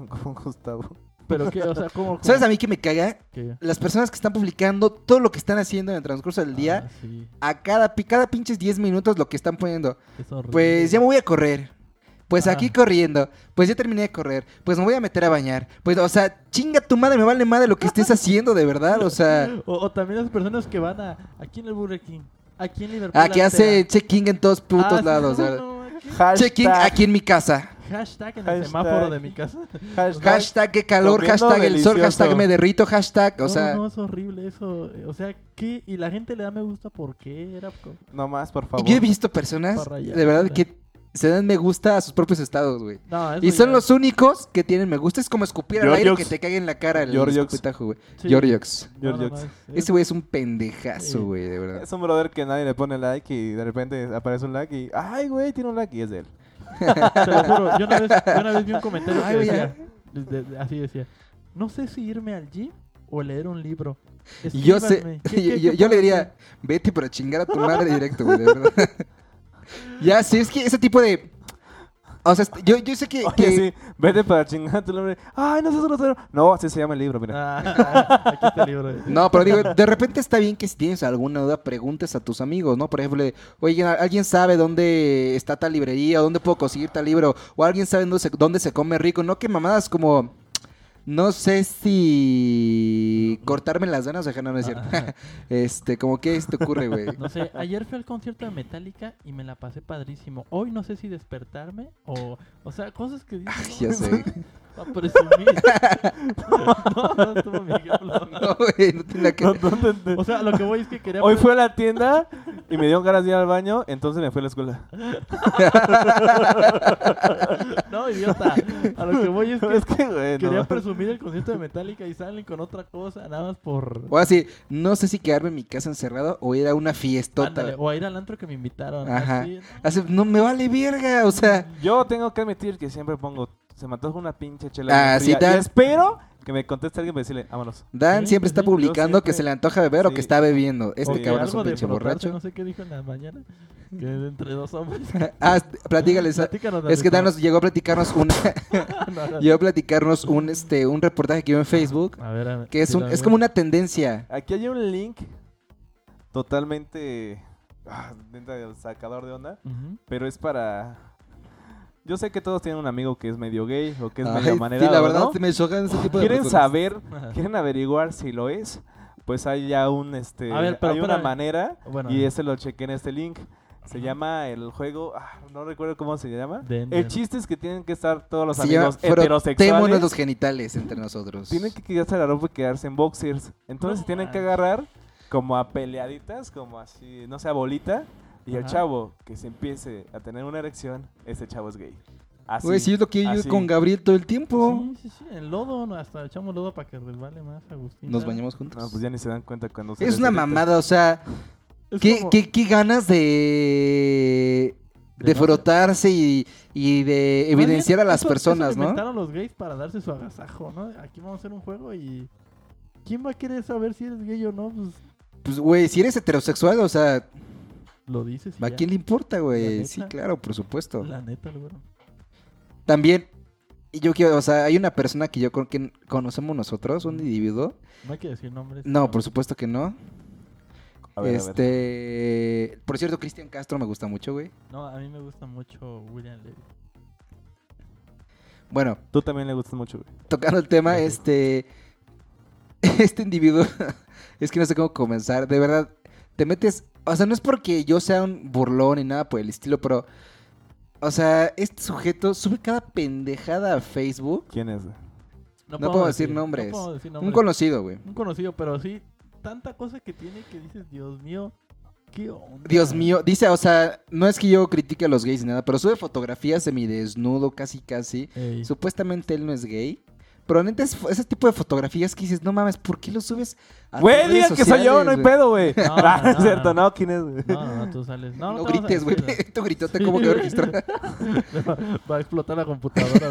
C: Como Gustavo.
B: Pero que, o sea, como... como
A: ¿Sabes a mí que me caga?
B: que-
A: Las personas que están publicando todo lo que están haciendo en el transcurso del día,
B: Ah, sí,
A: a cada, pi- cada pinches 10 minutos lo que están poniendo.
B: es horrible.
A: Pues ya me voy a correr. Pues
B: Ah.
A: aquí corriendo. Pues ya terminé de correr. Pues me voy a meter a bañar. Pues, o sea, chinga tu madre, me vale madre lo que estés haciendo, de verdad. O sea,
B: O, o también las personas que van a. Aquí en el Burger King. Aquí en Liverpool. Ah,
A: a Ah, que hace check-in en todos putos lados. de verdad. Check-in aquí en mi casa.
B: Hashtag en el
C: Hashtag.
B: semáforo de mi casa. Pues,
A: Hashtag que calor,
C: Comiendo
A: hashtag el sol,
C: delicioso.
A: hashtag me derrito, hashtag.
B: No,
A: O sea,
B: no, es horrible eso. O sea, ¿qué? Y la gente le da me gusta porque era. co-
C: No más, por
A: y
C: favor.
A: yo he visto personas,
B: Para allá,
A: de verdad,
B: para-
A: que se dan me gusta a sus propios estados, güey.
B: No, eso
A: Y son
B: ya-
A: los únicos que tienen me gusta. Es como escupir al aire
C: Georgiox.
A: que te caiga en la cara el
C: Georgiox.
A: escupitajo, güey.
B: sí,
A: Georgiox.
B: no, no, no,
C: Georgiox.
B: es-
A: Ese güey es un pendejazo,
B: Sí.
A: güey, de verdad.
C: Es un brother que nadie le pone like y de repente aparece un like y... ¡Ay, güey! Tiene un like y es de él.
B: Te lo juro, yo una vez, yo una vez vi un comentario
A: Ay,
B: que
A: güey,
B: decía, de- de- así decía, no sé si irme al gym o leer un libro.
A: Y Yo sé,
B: Escríbanme, ¿qué-
A: yo,
B: qué-
A: yo-
B: qué
A: yo le
B: puedo
A: diría,
B: hacer?"
A: vete para chingar a tu madre directo, güey, de verdad. ya, sí, es que ese tipo de... O sea, est- yo, yo sé que... que-
C: Oye, sí, vete para chingar a tu nombre. ¡Ay, no seas grosero! No, así se llama el libro, mira.
B: Ah, aquí está el libro.
A: No, pero digo, de repente está bien que si tienes alguna duda, preguntes a tus amigos, ¿no? Por ejemplo, oye, ¿al- ¿alguien sabe dónde está tal librería o dónde puedo conseguir tal libro? O alguien sabe dónde se, dónde se come rico, ¿no? Que mamadas como... No sé si cortarme las venas o dejar, no, no es cierto. este, como que te ocurre, güey.
B: No sé, ayer fui al concierto de Metallica y me la pasé padrísimo. Hoy no sé si despertarme o... O sea, cosas que dices...
A: ya
B: no,
A: sé.
B: pa' presumir. no, no estuvo mi ejemplo.
A: No, güey, no tiene nada que
C: No, no, no, no.
B: O sea, lo que voy es que quería...
C: Hoy
B: pre-
C: fui a la tienda Y me dio ganas de ir al baño, entonces me fui a la escuela.
B: No, idiota. A lo que voy es que,
C: Es que, güey, no.
B: quería presumir el concierto de Metallica y salen con otra cosa, nada más por.
A: O así, no sé si quedarme en mi casa encerrado o ir a una fiestota.
B: Ándale, o a ir al antro que me invitaron.
A: Ajá. Este
B: así.
A: Así, no me vale verga, o sea.
C: Yo tengo que admitir que siempre pongo, se me antoja una pinche chela.
A: Ah,
C: bien
A: sí,
C: fría, y
A: tal.
C: espero que me conteste alguien para decirle, vámonos.
A: Dan
B: Sí,
A: siempre está
B: sí, yo
A: publicando que
C: siempre-
A: se le antoja beber o
C: sí.
A: que está bebiendo.
B: O
A: Este
B: que
A: cabrón es
B: algo
A: un
B: de
A: pinche
B: frotarse,
A: borracho.
B: No sé qué dijo en la mañana. Que de entre dos hombres.
A: Ah, platícales.
B: Platícanos,
A: Es que
B: David.
A: Dan
C: ah.
A: nos llegó a platicarnos un,
B: No, no.
A: llegó a platicarnos un, este, un reportaje que vio en Facebook.
B: A ver, a ver,
A: Que es,
B: sí,
A: un,
B: lo
A: es
B: veo.
A: como una tendencia.
C: Aquí hay un link totalmente ah, neta, sacador de onda,
B: Ujú.
C: pero es para... Yo sé que todos tienen un amigo que es medio gay o que es
A: Ay,
C: medio manera.
A: sí, la verdad me chocan ese tipo de
C: ¿Quieren
A: personas.
C: saber, quieren averiguar si lo es? Pues hay ya un, este,
B: A ver, pero
C: hay una
B: espérame.
C: manera
B: Bueno,
C: y ese lo chequé en este link. Se llama el juego, ah, no recuerdo cómo se llama.
B: Den-
C: El chiste es que tienen que estar todos los
A: Se llama
C: amigos heterosexuales.
A: frotémonos los genitales entre nosotros.
C: Tienen que quedarse a la ropa y quedarse en boxers. Entonces
B: No
C: tienen que
B: manches.
C: agarrar como a peleaditas, como así, no sé, a bolita. Y el
B: Ajá.
C: chavo que se empiece a tener una erección, ese chavo es gay. Así.
A: Güey, si es lo que yo
C: así.
A: con Gabriel todo el tiempo.
B: sí, sí, sí, en lodo, no, hasta echamos lodo para que resbale más, Agustín.
A: Nos
B: ¿sabes?
A: bañamos juntos.
C: No, pues ya ni se dan cuenta cuando se
A: es
C: les
A: una
C: irrita.
A: mamada, o sea,
B: Es
A: ¿qué,
B: como-
A: qué, qué ganas de,
B: De
A: de
B: no hacer-
A: frotarse y, y de
B: Más bien,
A: evidenciar a las
B: eso- eso
A: personas,
B: lo
A: ¿no?
B: inventaron los gays para darse su agasajo, ¿no? Aquí vamos a hacer un juego y... ¿Quién va a querer saber si eres gay o no? Pues
A: Pues, güey, si eres heterosexual, o sea,
B: lo dices y
A: ¿a
B: ya.
A: quién le importa, güey?
B: neta.
A: Sí, claro, por supuesto.
B: La neta, güey.
A: También, y yo quiero, o sea, hay una persona que yo creo que conocemos nosotros, un individuo.
B: No hay que decir nombres.
A: No, por supuesto que no.
C: A ver, a ver.
A: este, por cierto, Cristian Castro me gusta mucho, güey.
B: No, a mí me gusta mucho William Levy.
A: Bueno,
C: Tú también le gustas mucho, güey.
A: tocando el tema,
B: Ujú.
A: este. Este individuo. es que no sé cómo comenzar. De verdad, te metes. O sea, no es porque yo sea un burlón ni nada por el estilo, pero. O sea, este sujeto sube cada pendejada a Facebook.
C: ¿Quién es? güey?
A: No puedo
B: podemos
A: decir nombres.
B: No puedo decir
A: Un
B: nombres.
A: conocido, güey.
B: Un conocido, pero sí, tanta cosa que tiene que dices, Dios mío, qué onda.
A: Dios mío, dice, o sea, no es que yo critique a los gays ni nada, pero sube fotografías de mi desnudo, casi, casi.
B: Ey,
A: Supuestamente él no es gay. Pero neta, es- ese tipo de fotografías que dices, no mames, ¿por qué lo subes a
C: Güey,
A: tus
C: digan
A: redes
C: que soy yo,
A: sociales,
C: no hay
A: güey?
C: pedo, güey.
B: No,
C: Ah,
B: no,
C: es cierto,
B: no.
C: no, ¿quién es, güey?
B: No, no, tú sales. No,
A: No,
B: no te vamos a
A: grites, güey.
B: decir, ¿no?
A: Tu gritote como que lo registraron.
B: Va a explotar la computadora.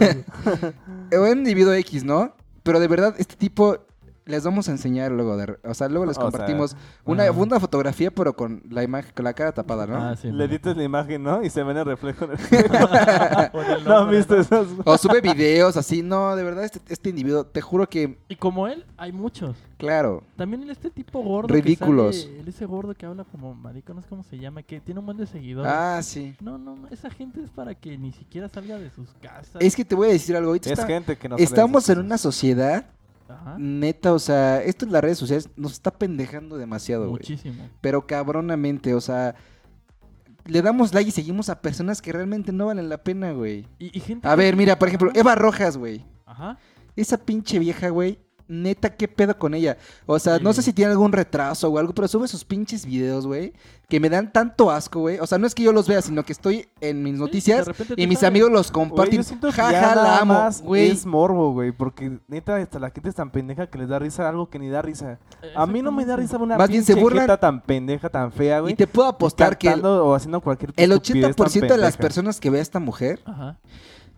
B: güey.
A: Un individuo X, ¿no? Pero de verdad, este tipo les vamos a enseñar luego. de- o sea, luego les
C: O sea,
A: compartimos una,
B: ah.
A: una fotografía, pero con la imagen, con la cara tapada, ¿no?
B: Ah, sí,
C: Le
B: no.
C: editas la imagen, ¿no? Y se ven el reflejo en el
B: Con el
C: ¿No
B: nombre,
C: viste
B: ¿no?
C: esas?
A: O sube videos así. No, de verdad, este, este individuo, te juro que,
B: Y como él, hay muchos.
A: claro.
B: También el este tipo gordo.
A: Ridículos.
B: Que sale, el ese gordo que habla como marico, no sé cómo se llama, que tiene un buen de seguidores.
A: Ah, sí.
B: No, no, no, esa gente es para que ni siquiera salga de sus casas.
A: Es que te voy a decir algo. ahorita
C: Es
A: está-
C: gente que nos
A: estamos en una sociedad,
B: Ajá,
A: neta, o sea, esto en las redes sociales nos está pendejando demasiado, güey.
B: muchísimo.
A: pero cabronamente, o sea, le damos like y seguimos a personas que realmente no valen la pena, güey.
B: Y, y gente
A: A
B: que-
A: ver, mira, por ejemplo, Eva Rojas, güey.
B: Ajá.
A: Esa pinche vieja, güey. Neta, qué pedo con ella. O sea,
B: Sí,
A: no sé
B: güey.
A: si tiene algún retraso o algo, pero sube sus pinches videos, güey. Que me dan tanto asco, güey. O sea, no es que yo los vea, sino que estoy en mis
B: Sí, de
A: noticias
B: repente te
A: y mis
B: sale.
A: amigos los comparten. Jaja, la amo, güey.
C: Es morbo, güey. Porque neta, hasta la gente es tan pendeja que les da risa algo que ni da risa. A mí no me da risa una
A: Más bien se
C: pinche
A: burlan.
C: jeta tan pendeja, tan fea, güey.
A: Y te puedo apostar que el,
C: cantando o haciendo cualquier
A: el 80%
C: estupidez tan
A: de las
C: pendeja.
A: personas que ve a esta mujer
B: Ajá.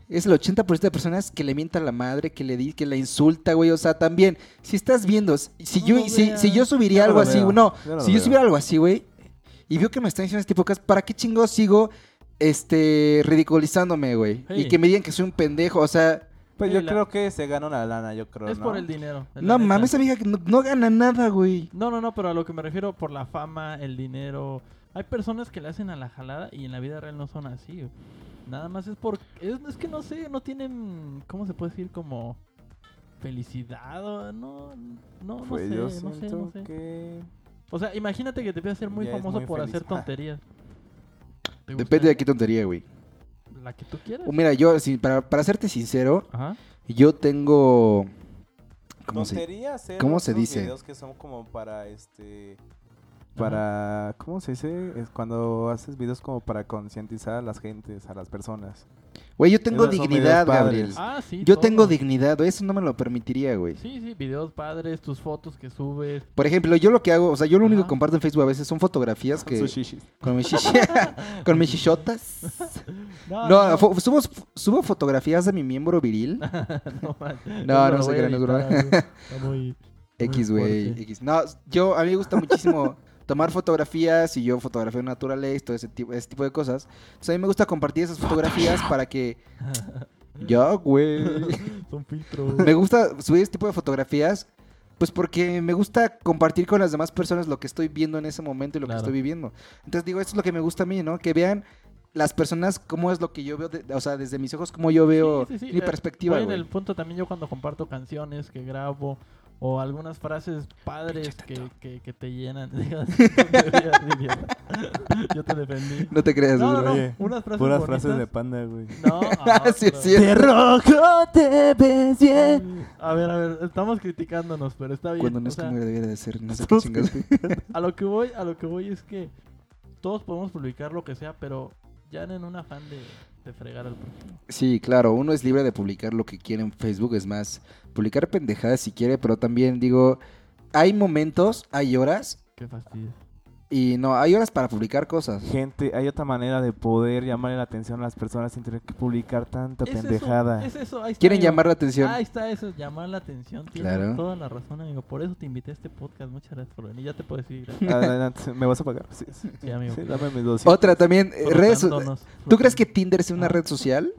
A: Es el 80% de personas que le mienta a la madre, que le di, que la insulta, güey. O sea, también, si estás viendo, si- si
B: No
A: yo,
B: lo
A: si,
B: veas.
A: si yo subiría
C: Yo eh. no
A: algo
C: lo
A: así,
C: veo,
A: no,
C: yo no lo
A: si yo
C: veo.
A: subiera algo así, güey, y veo que me están diciendo este podcast, ¿para qué chingados sigo este ridiculizándome, güey? Y
B: Sí.
A: que me digan que soy un pendejo, o sea,
C: Pues
B: Sí,
C: yo
B: la-
C: creo que se gana una lana, yo creo.
B: Es
C: ¿no?
B: por el dinero. la
A: no
B: neta.
A: mames, esa vieja que no, no gana nada, güey.
B: No, no, no, pero a lo que me refiero por la fama, el dinero. Hay personas que le hacen a la jalada y en la vida real no son así. güey. Nada más es por... Es, es que no sé, no tienen... ¿Cómo se puede decir? Como... Felicidad o... No, no, no
C: Pues
B: sé,
C: yo
B: no sé,
C: siento
B: no sé.
C: que.
B: O sea, imagínate que te voy a ser muy
C: Ya es
B: famoso
C: muy
B: por
C: feliz. Ah.
B: hacer tonterías. ¿Te
A: Depende de qué
B: gustaría?
A: tontería, güey.
B: La que tú quieras.
A: O Mira, yo, sin- para, para serte sincero,
B: Ajá.
A: yo tengo... ¿Cómo se
C: Tontería hacer
A: cómo se
C: esos
A: dice?
C: videos que son como para este para, ¿cómo se dice? Es cuando haces videos como para concientizar a las gentes, a las personas.
A: Güey, yo tengo
C: Esos son
A: dignidad,
C: videos
A: Gabriel.
C: padres.
B: Ah, sí.
A: Yo
B: todo.
A: tengo dignidad, güey, eso no me lo permitiría, güey.
B: Sí, sí, videos padres, tus fotos que subes.
A: Por ejemplo, yo lo que hago, o sea, yo lo único que
B: Ajá.
A: comparto en Facebook a veces son fotografías
C: Sus
A: que
C: shishis.
A: con mis shish- con mis shishotas. No, fo- subo, subo fotografías de mi miembro viril.
B: no, man.
A: no
B: Eso lo
A: se
B: voy a
A: crean, es broma.
B: editar, güey. Está muy-
A: X,
B: muy
A: güey,
B: fuerte.
A: X. No, yo, a mí me gusta muchísimo tomar fotografías y yo fotografía naturaleza, todo ese tipo, ese tipo de cosas. Entonces a mí me gusta compartir esas fotografías para que... Ya, güey.
B: Son filtros.
A: me gusta subir ese tipo de fotografías, pues porque me gusta compartir con las demás personas lo que estoy viendo en ese momento y lo
B: Claro.
A: que estoy viviendo. Entonces digo, esto es lo que me gusta a mí, ¿no? Que vean las personas cómo es lo que yo veo, de- o sea, desde mis ojos, cómo yo veo
B: Sí, sí, sí,
A: mi
B: eh,
A: perspectiva,
B: voy en
A: güey.
B: el punto también yo cuando comparto canciones que grabo o algunas frases padres que, que, que te llenan. Digas, tonterías, idiota. yo te defendí.
A: No te creas,
B: No,
A: güey.
B: no, no.
C: Oye,
B: unas frases
C: Puras
B: bonitas.
C: frases de panda, güey.
B: No, ah,
A: Sí, es
B: pero-
A: cierto.
C: rojo te ves
B: A ver, a ver, estamos criticándonos, pero está bien.
A: Cuando no
B: o
A: es
B: sea,
A: como debería de ser, no sé Ah, qué chingas.
B: a lo que voy, a lo que voy es que todos podemos publicar lo que sea, pero ya en un afán de, de fregar al prójimo.
A: Sí, claro, uno es libre de publicar lo que quiere en Facebook, es más, publicar pendejadas si quiere, pero también digo, hay momentos, hay horas,
B: Qué fastidio.
A: y no, hay horas para publicar cosas.
C: Gente, hay otra manera de poder llamar la atención a las personas sin tener que publicar tanta
B: Es eso,
C: pendejada.
B: es eso, ahí está,
A: Quieren
B: amigo.
A: llamar la atención.
B: Ahí está eso, llamar la atención. Tienes
A: Claro.
B: toda la razón, amigo. Por eso te invité a este podcast. Muchas gracias por venir. Ya te puedes ir.
C: Adelante, ¿me vas a pagar? Sí, sí.
B: Sí, amigo.
C: Sí, dame mis 200.
A: Otra también, eh, redes. so-
B: Frotándonos,
A: ¿Tú crees que
B: frotándonos.
A: Tinder sea una
B: Ah.
A: red social?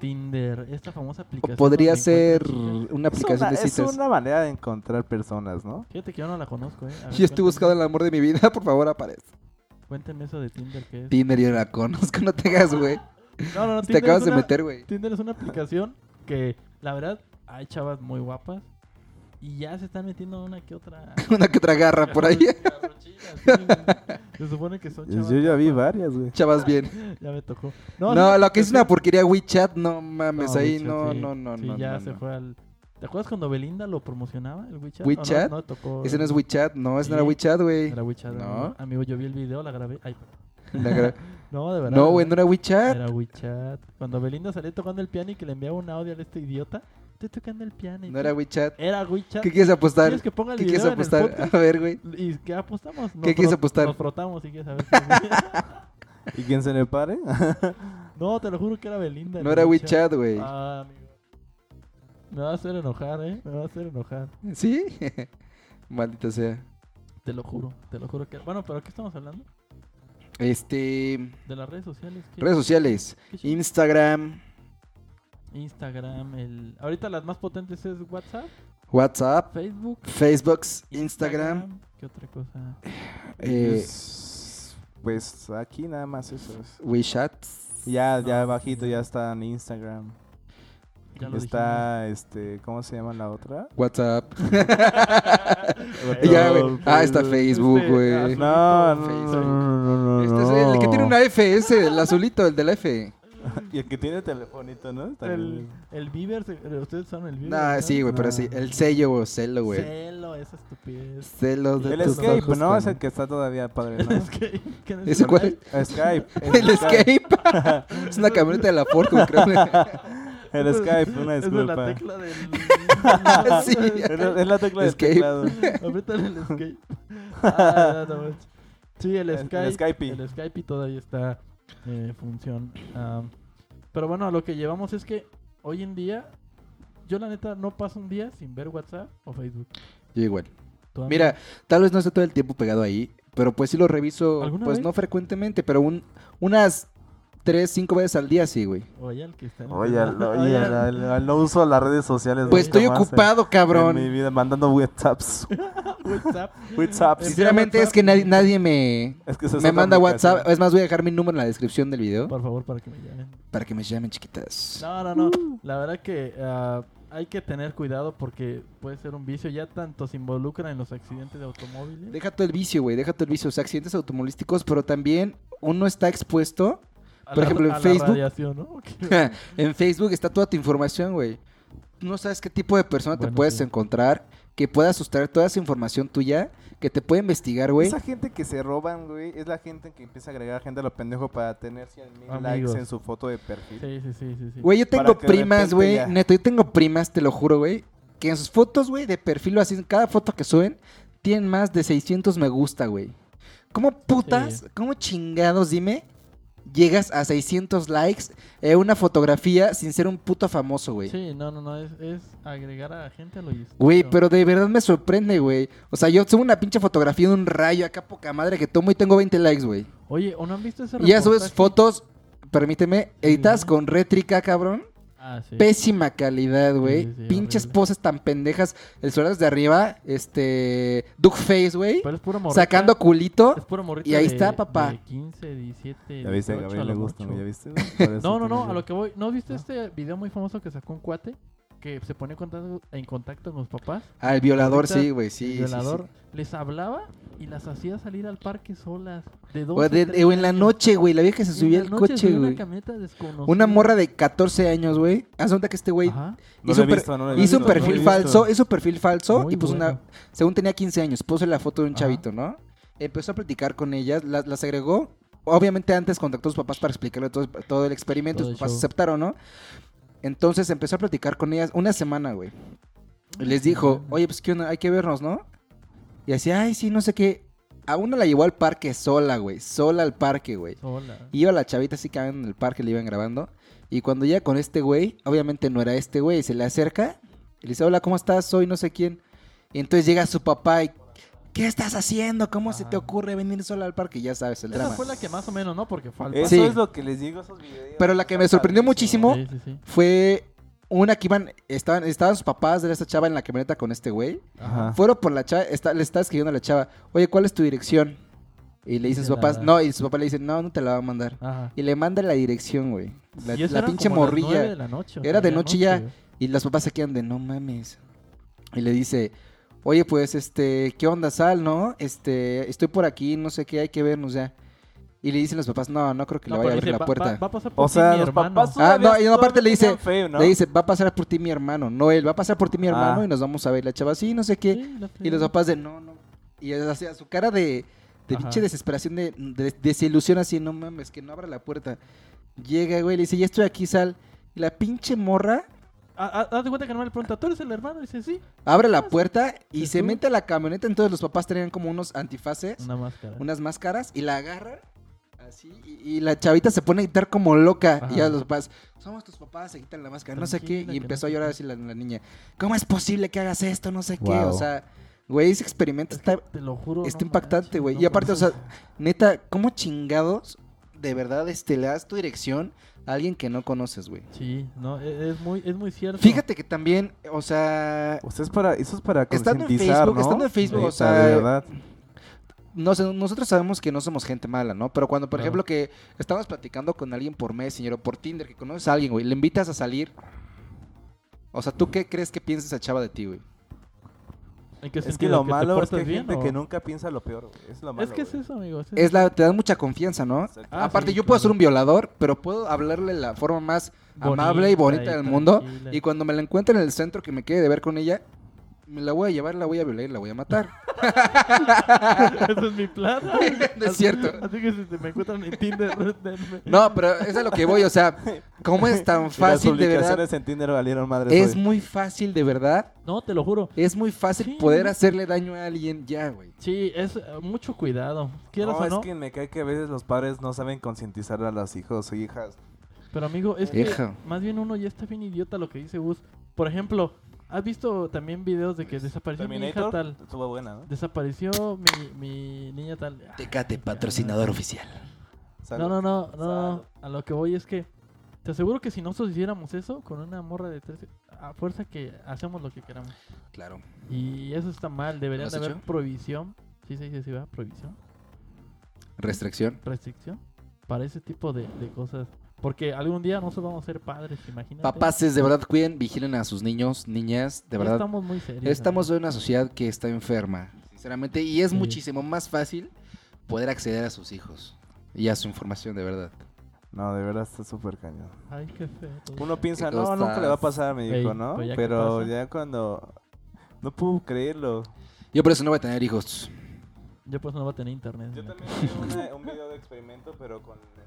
B: Tinder, esta famosa
A: ¿O
B: aplicación.
A: podría
B: donde encuentras
A: ser
B: chicas?
A: una
C: Es
A: aplicación
C: una-
A: de
C: es
A: citas?
C: una manera de encontrar personas, ¿no?
B: Fíjate que yo no la conozco, ¿eh? A ver,
A: Yo estoy
B: cuéntenme-
A: buscando el amor de mi vida, por favor, aparece.
B: Cuéntenme eso de Tinder, ¿qué es?
A: Tinder yo no la conozco, no te hagas, güey.
B: No, no, no.
A: Te
B: Tinder
A: acabas
B: es
A: de
B: una-
A: meter, güey.
B: Tinder es una aplicación que, la verdad, hay chavas muy guapas. Y ya se están metiendo una que otra.
A: Una que otra garra Ah, por ahí.
B: Garrochilla, sí, güey. se supone que son chavas.
C: Yo ya vi
B: guapas.
C: varias, güey.
A: Chavas bien.
B: Ya me tocó.
A: No,
B: sí,
A: lo que es
B: sí.
A: una porquería WeChat, no
B: No,
A: mames, ahí
B: WeChat,
A: no,
B: sí.
A: no, no,
B: Sí,
A: no.
B: ya
A: no,
B: se
A: no.
B: fue al... ¿Te acuerdas cuando Belinda lo promocionaba, el WeChat? ¿O no-
A: ¿WeChat?
B: No, tocó.
A: Ese no es WeChat, no, ese no era
B: Sí.
A: WeChat, güey.
B: Era WeChat.
A: No.
B: Amigo. Amigo, yo vi el video, la grabé. Ay, perdón.
A: La gra-
B: no, de verdad.
A: No, güey, no era WeChat.
B: WeChat. Era WeChat. Cuando Belinda salía tocando el piano y que le enviaba un audio a este idiota. Estoy tocando el piano. y
A: No
B: tú-
A: era WeChat.
B: Era WeChat.
A: ¿Qué quieres apostar?
B: ¿Quieres que ponga el
A: ¿Qué
B: video
A: quieres
B: en el
A: apostar?
B: podcast?
A: A ver, güey.
B: ¿Y qué apostamos? Nos
A: ¿Qué quieres
B: frot-
A: apostar?
B: Nos frotamos, si quieres saber. qué-
C: ¿Y quién se le pare?
B: no, te lo juro que era Belinda.
A: No
B: el
A: era WeChat, güey.
B: Ah, amigo. Me va a hacer enojar, ¿eh? Me va a hacer enojar.
A: ¿Sí? Maldita sea.
B: Te lo juro, te lo juro que... Bueno, pero ¿qué estamos hablando?
A: Este.
B: De las redes sociales. ¿qué?
A: Redes sociales:
B: ¿Qué show?
A: Instagram,
B: Instagram, el... Ahorita las más potentes es WhatsApp,
A: WhatsApp,
B: Facebook,
A: Facebook, Instagram.
B: ¿Qué otra cosa?
A: eh,
C: Pues- Pues aquí nada más eso. es.
A: WeChat.
C: Ya,
A: Ah,
C: ya bajito, ya está en Instagram.
B: Ya lo
C: Está, este, ¿cómo se llama la otra?
A: WhatsApp.
C: Otro-
A: Ya, güey. Ah, está
C: Facebook.
A: Facebook, güey.
B: Este,
C: No, no, no,
A: Facebook.
C: pues, ah, no, no, no,
A: Este es el que tiene
C: no.
A: una F, ese, el azulito, el de la F.
C: Y el que tiene telefonito, ¿no?
B: dijimos. El, el Bieber, se- eh, ustedes son el Bieber.
A: Nah,
B: ¿verdad?
A: sí, güey, pero
C: Ah.
A: sí. El sello, güey, celo, güey.
B: Celo, esa estupidez.
A: Celos de
C: El
A: tus
C: Skype,
A: ojos,
C: ¿no? Es
A: tan-
C: el que está todavía padre, ¿no?
B: Es que- que no
A: ¿Ese
B: sé-
A: cuál?
C: Skype.
A: El escape. es una camioneta de la Ford, como creo.
C: El Skype, una
B: Es de la
C: disculpa.
B: tecla del...
A: Sí.
C: Es la- es la tecla del
A: Escape.
C: teclado.
B: Apriétale el Skype. Ah, no, no, manches. sí, el
C: El- el
B: Skype. El Skype.
C: Skype.
B: todavía está eh, en función. Am, pero bueno, lo que llevamos es que hoy en día, yo la neta no paso un día sin ver WhatsApp o Facebook.
A: Yo igual.
B: ¿Tú, amigo?
A: Mira, tal vez no esté todo el tiempo pegado ahí, pero pues sí lo reviso,
B: ¿Alguna
A: pues
B: vez?
A: no frecuentemente, pero un, unas tres, cinco veces al día sí, güey.
B: Oye, al que está en el
C: Oye,
B: canal.
C: al- oye, al- al- al no uso las redes sociales.
A: Pues
C: nunca
A: estoy
C: más en-
A: ocupado,
C: En mi
A: cabrón.
C: vida, mandando WhatsApps.
B: WhatsApp.
C: WhatsApps.
A: Sinceramente es que nadie, nadie me,
C: Es que esa es
A: me
C: otra
A: manda
C: aplicación.
A: WhatsApp. Es más, voy a dejar mi número en la descripción del video
B: Por favor, para que me llamen.
A: para que me llamen chiquitas.
B: No, no, no. La verdad que ah, hay que tener cuidado porque puede ser un vicio. Ya tanto se involucran en los accidentes de automóviles.
A: Deja todo el vicio, güey, deja todo el vicio. O sea, accidentes automovilísticos, pero también uno está expuesto.
B: A
A: Por
B: la-
A: ejemplo, en
B: a la
A: Facebook.
B: radiación, ¿no?
A: en Facebook está toda tu información, güey. No sabes qué tipo de persona te
B: Bueno,
A: puedes
B: sí.
A: encontrar que pueda sustraer toda esa información tuya, que te puede investigar, güey.
C: Esa gente que se roban, güey, es la gente que empieza a agregar gente a lo pendejo para tener 100 mil likes
B: Amigos.
C: en su foto de perfil.
B: Sí, sí, sí, sí. sí.
A: Güey, yo
C: Para
A: tengo
C: que de
A: primas,
C: repente
A: güey.
C: ya.
A: Neto, yo tengo primas, te lo juro, güey. Que en sus fotos, güey, de perfil o así, en cada foto que suben, tienen más de 600 me gusta, güey. ¿Cómo putas,
B: Sí.
A: cómo chingados, dime, llegas a 600 likes en una fotografía sin ser un puto famoso, güey?
B: Sí, no, no, no, es, es agregar a gente a lo distinto.
A: Güey, pero de verdad me sorprende, güey. O sea, yo subo una pinche fotografía de un rayo acá, poca madre, que tomo y tengo 20 likes, güey.
B: Oye, ¿o no han visto ese
A: Y ya subes
B: reportaje?
A: fotos, permíteme, editadas
B: Ujú.
A: con rétrica, cabrón.
B: Ah, sí.
A: Pésima calidad, güey.
B: sí, sí,
A: Pinches
B: horrible.
A: poses tan pendejas. El suelo de arriba, este. Duckface, güey.
B: Pero es puro morrita.
A: Sacando culito.
B: Es puro morrita
A: Y ahí
B: de-
A: está, papá.
B: de 15, 17,
C: Ya viste,
B: 18, a
C: Gabriel
B: lo
C: le gusta,
B: mucho.
C: ¿no? ¿Ya viste? güey? Por eso
B: No, no, no,
C: tiene-
B: a lo que voy. ¿No viste este video muy famoso que sacó un cuate? Que se pone en contacto, en contacto con los papás.
A: Ah, el violador,
B: Ahorita,
A: sí, güey. Sí, sí,
B: el violador
A: sí.
B: les hablaba y las hacía salir al parque solas. De dos
A: O,
B: a
A: de-
B: tres
A: o en la
B: años.
A: noche, güey. La vieja que se
B: En
A: subía
B: la
A: al
B: noche
A: coche,
B: subía Una
A: güey.
B: camioneta desconocida.
A: Una morra de 14 años, güey. Haz cuenta que este güey
B: Ajá.
C: No
A: hizo,
C: lo he
A: un per-
C: visto, no lo he
A: hizo
C: visto,
A: un
C: no lo he
A: perfil
C: visto.
A: falso, hizo un perfil falso
B: Muy
A: y puso una,
B: bueno.
A: según tenía 15 años, puso la foto de un
B: Ajá.
A: chavito, ¿no? Empezó a platicar con ellas, las, las agregó. Obviamente antes contactó a sus papás para explicarle todo, todo el experimento,
B: Todo
A: sus
B: el
A: papás
B: show.
A: aceptaron, ¿no? Entonces empezó a platicar con ellas una semana, güey. Y Les dijo, oye, pues qué onda, hay que vernos, ¿no? Y así, ay, sí, no sé qué. A uno la llevó al parque sola, güey. Sola al parque, güey.
B: Sola.
A: Iba la chavita así caminando en el parque, le iban grabando. Y cuando llega con este güey, obviamente no era este güey, se le acerca y le dice, hola, ¿cómo estás? Soy no sé quién. Y entonces llega su papá y, ¿qué estás haciendo? ¿Cómo se te
B: Ajá.
A: ocurre venir sola al parque? Y Ya sabes, el
B: Esa
A: drama.
B: fue la que más o menos, ¿no? Porque falta.
C: Eso
A: Sí.
C: es lo que les digo a esos videos.
A: Pero la que me
C: Está
A: sorprendió
C: padrísimo.
A: muchísimo
B: Sí, sí, sí.
A: fue una que iban, estaban, estaban sus papás de esta chava en la camioneta con este güey.
B: Ah.
C: Ajá.
A: Fueron por la chava, está- le está escribiendo a la chava, oye, ¿cuál es tu dirección? Y le dicen
B: se
A: sus
B: la
A: papás,
B: da.
A: no, y su papá le dice, no, no te la va a mandar.
B: Ajá.
A: Y le manda la dirección, güey. La,
B: Y eso
A: la
B: eran
A: pinche
B: como las nueve
A: morrilla.
B: de la noche, o
A: Era
B: sea,
A: de noche ya. Y los papás se quedan de no mames. Y le dice, oye, pues, este, ¿qué onda, Sal, no? Este, estoy por aquí, no sé qué, hay que vernos ya. Y le dicen los papás, no, no creo que
B: No,
A: le vaya a
B: pero
A: abrir
B: dice,
A: la
B: va-
A: puerta.
B: Va, va a pasar por
C: O
B: ti
C: sea,
B: Pues mi
C: los
B: hermano.
C: papás
A: Ah, no, y
C: todavía-
A: aparte le
C: todavía
A: dice-
C: tenían fe, ¿no?
A: Le dice, va a pasar por ti mi hermano, no él, va a pasar por ti mi hermano
C: Ah.
A: y nos vamos a ver. La chava, sí, no sé qué.
B: Sí, la
A: Y los
B: fregada.
A: papás de, no, no. Y hacía su cara de, de
B: Ajá.
A: pinche desesperación, de, de- desilusión así, no mames, que no abra la puerta. Llega, güey, le dice, ya estoy aquí, Sal. Y la pinche morra
B: Ah, ah, Haz de cuenta que no me le pregunta, ¿tú eres el hermano? Y dice, sí.
A: abre la puerta y
B: ¿Y
A: se
B: tú?
A: mete a la camioneta. Entonces los papás tenían como unos antifaces,
B: Una máscara.
A: unas máscaras, y la agarran así. Y, y la chavita se pone a gritar como loca. Y ya
B: Ajá.
A: los papás, somos tus papás, se quitan la máscara, no sé qué.
B: Tranquila,
A: Y
B: que
A: empezó a
B: no sé
A: llorar
B: qué.
A: así la, la niña. ¿Cómo es posible que hagas esto? No sé qué. O
C: Wow.
A: sea, güey, ese experimento está
B: Te lo juro.
A: está
B: no
A: impactante,
B: manches,
A: güey.
B: no
A: Y aparte, o sea,
B: manches.
A: neta, ¿cómo chingados de verdad este, le das tu dirección a alguien que no conoces, güey?
B: Sí, no, e- es muy, es muy cierto.
A: Fíjate que también, o sea,
C: O sea, Pues es para, eso es para
A: Estando en
C: concientizar,
A: Facebook,
C: ¿no?
A: estando en Facebook, o
C: Neta,
A: sea, eh,
C: de verdad.
A: no sé, nosotros sabemos que no somos gente mala, ¿no? Pero cuando, por
B: Claro.
A: ejemplo, que estamos platicando con alguien por Messenger o por Tinder, que conoces a alguien, güey, le invitas a salir. O sea, ¿tú qué crees que piensa esa chava de ti, güey?
B: ¿En qué
C: Es que
B: sentido?
C: lo
B: te
C: malo es que hay
B: portas bien
C: gente
B: o-
C: que nunca piensa lo peor, güey. Es lo malo.
B: Es que es
C: güey.
B: eso, amigo. es eso.
A: Es la, te da mucha confianza, ¿no?
C: Exacto.
B: Ah,
A: Aparte,
B: sí,
A: yo puedo
B: claro.
A: ser un violador, pero puedo hablarle la forma más amable y bonita del mundo.
B: tranquila.
A: Y cuando me la encuentre en el centro que me quede de ver con ella, me la voy a llevar, la voy a violar y la voy a matar.
B: Eso es mi plan.
A: No es cierto.
B: Así que si te me encuentran en Tinder, denme.
A: No, pero es a lo que voy, o sea, ¿cómo es tan
C: Y las
A: fácil de verdad?
C: publicaciones en Tinder valieron madres
A: Es
C: hoy.
A: muy fácil de verdad,
B: No, te lo juro.
A: es muy fácil
B: Sí,
A: poder
B: ¿no?
A: hacerle daño a alguien ya, güey.
B: Sí, es eh, mucho cuidado. Quieras
C: No,
B: o no.
C: es que me cae que a veces los padres no saben concientizar a los hijos o hijas.
B: Pero amigo, es
A: Hija.
B: que más bien uno ya está bien idiota lo que dice Gus. Por ejemplo, ¿has visto también videos de que desapareció mi hija
C: Terminator
B: tal?
C: estuvo buena, ¿no?
B: Desapareció mi, mi niña tal.
A: Tecate,
B: patrocinador
A: oficial.
C: Salud.
B: No, no, no, no, no.
C: Salud.
B: A lo que voy es que te aseguro que si nosotros hiciéramos eso con una morra de 13, a fuerza que hacemos lo que queramos.
A: Claro.
B: Y eso está mal, debería
A: ¿Lo has
B: de haber
A: hecho?
B: prohibición. Sí, se dice así, ¿verdad? Prohibición,
A: Restricción.
B: restricción para ese tipo de, de cosas. Porque algún día nosotros vamos a ser padres, imagínate.
A: Papaces, de verdad, cuiden, vigilen a sus niños, niñas, de
B: Ya
A: verdad.
B: Estamos muy serios.
A: Estamos en una sociedad que está enferma, sinceramente, y es
B: Sí.
A: muchísimo más fácil poder acceder a sus hijos y a su información, de verdad.
C: No, de verdad está súper cañón.
B: amigo. Ay, qué feo.
C: Uno piensa,
A: Qué
C: no, nunca le va a
A: cosas.
C: pasar a mi
B: Ey,
C: hijo, ¿no?
B: pues ya que
C: Pero
B: pasa.
C: ya cuando No puedo creerlo.
A: Yo por eso no voy a tener hijos.
B: Yo pues no va a tener internet.
C: Yo
B: neta.
C: también vi una- un video de experimento, pero con este.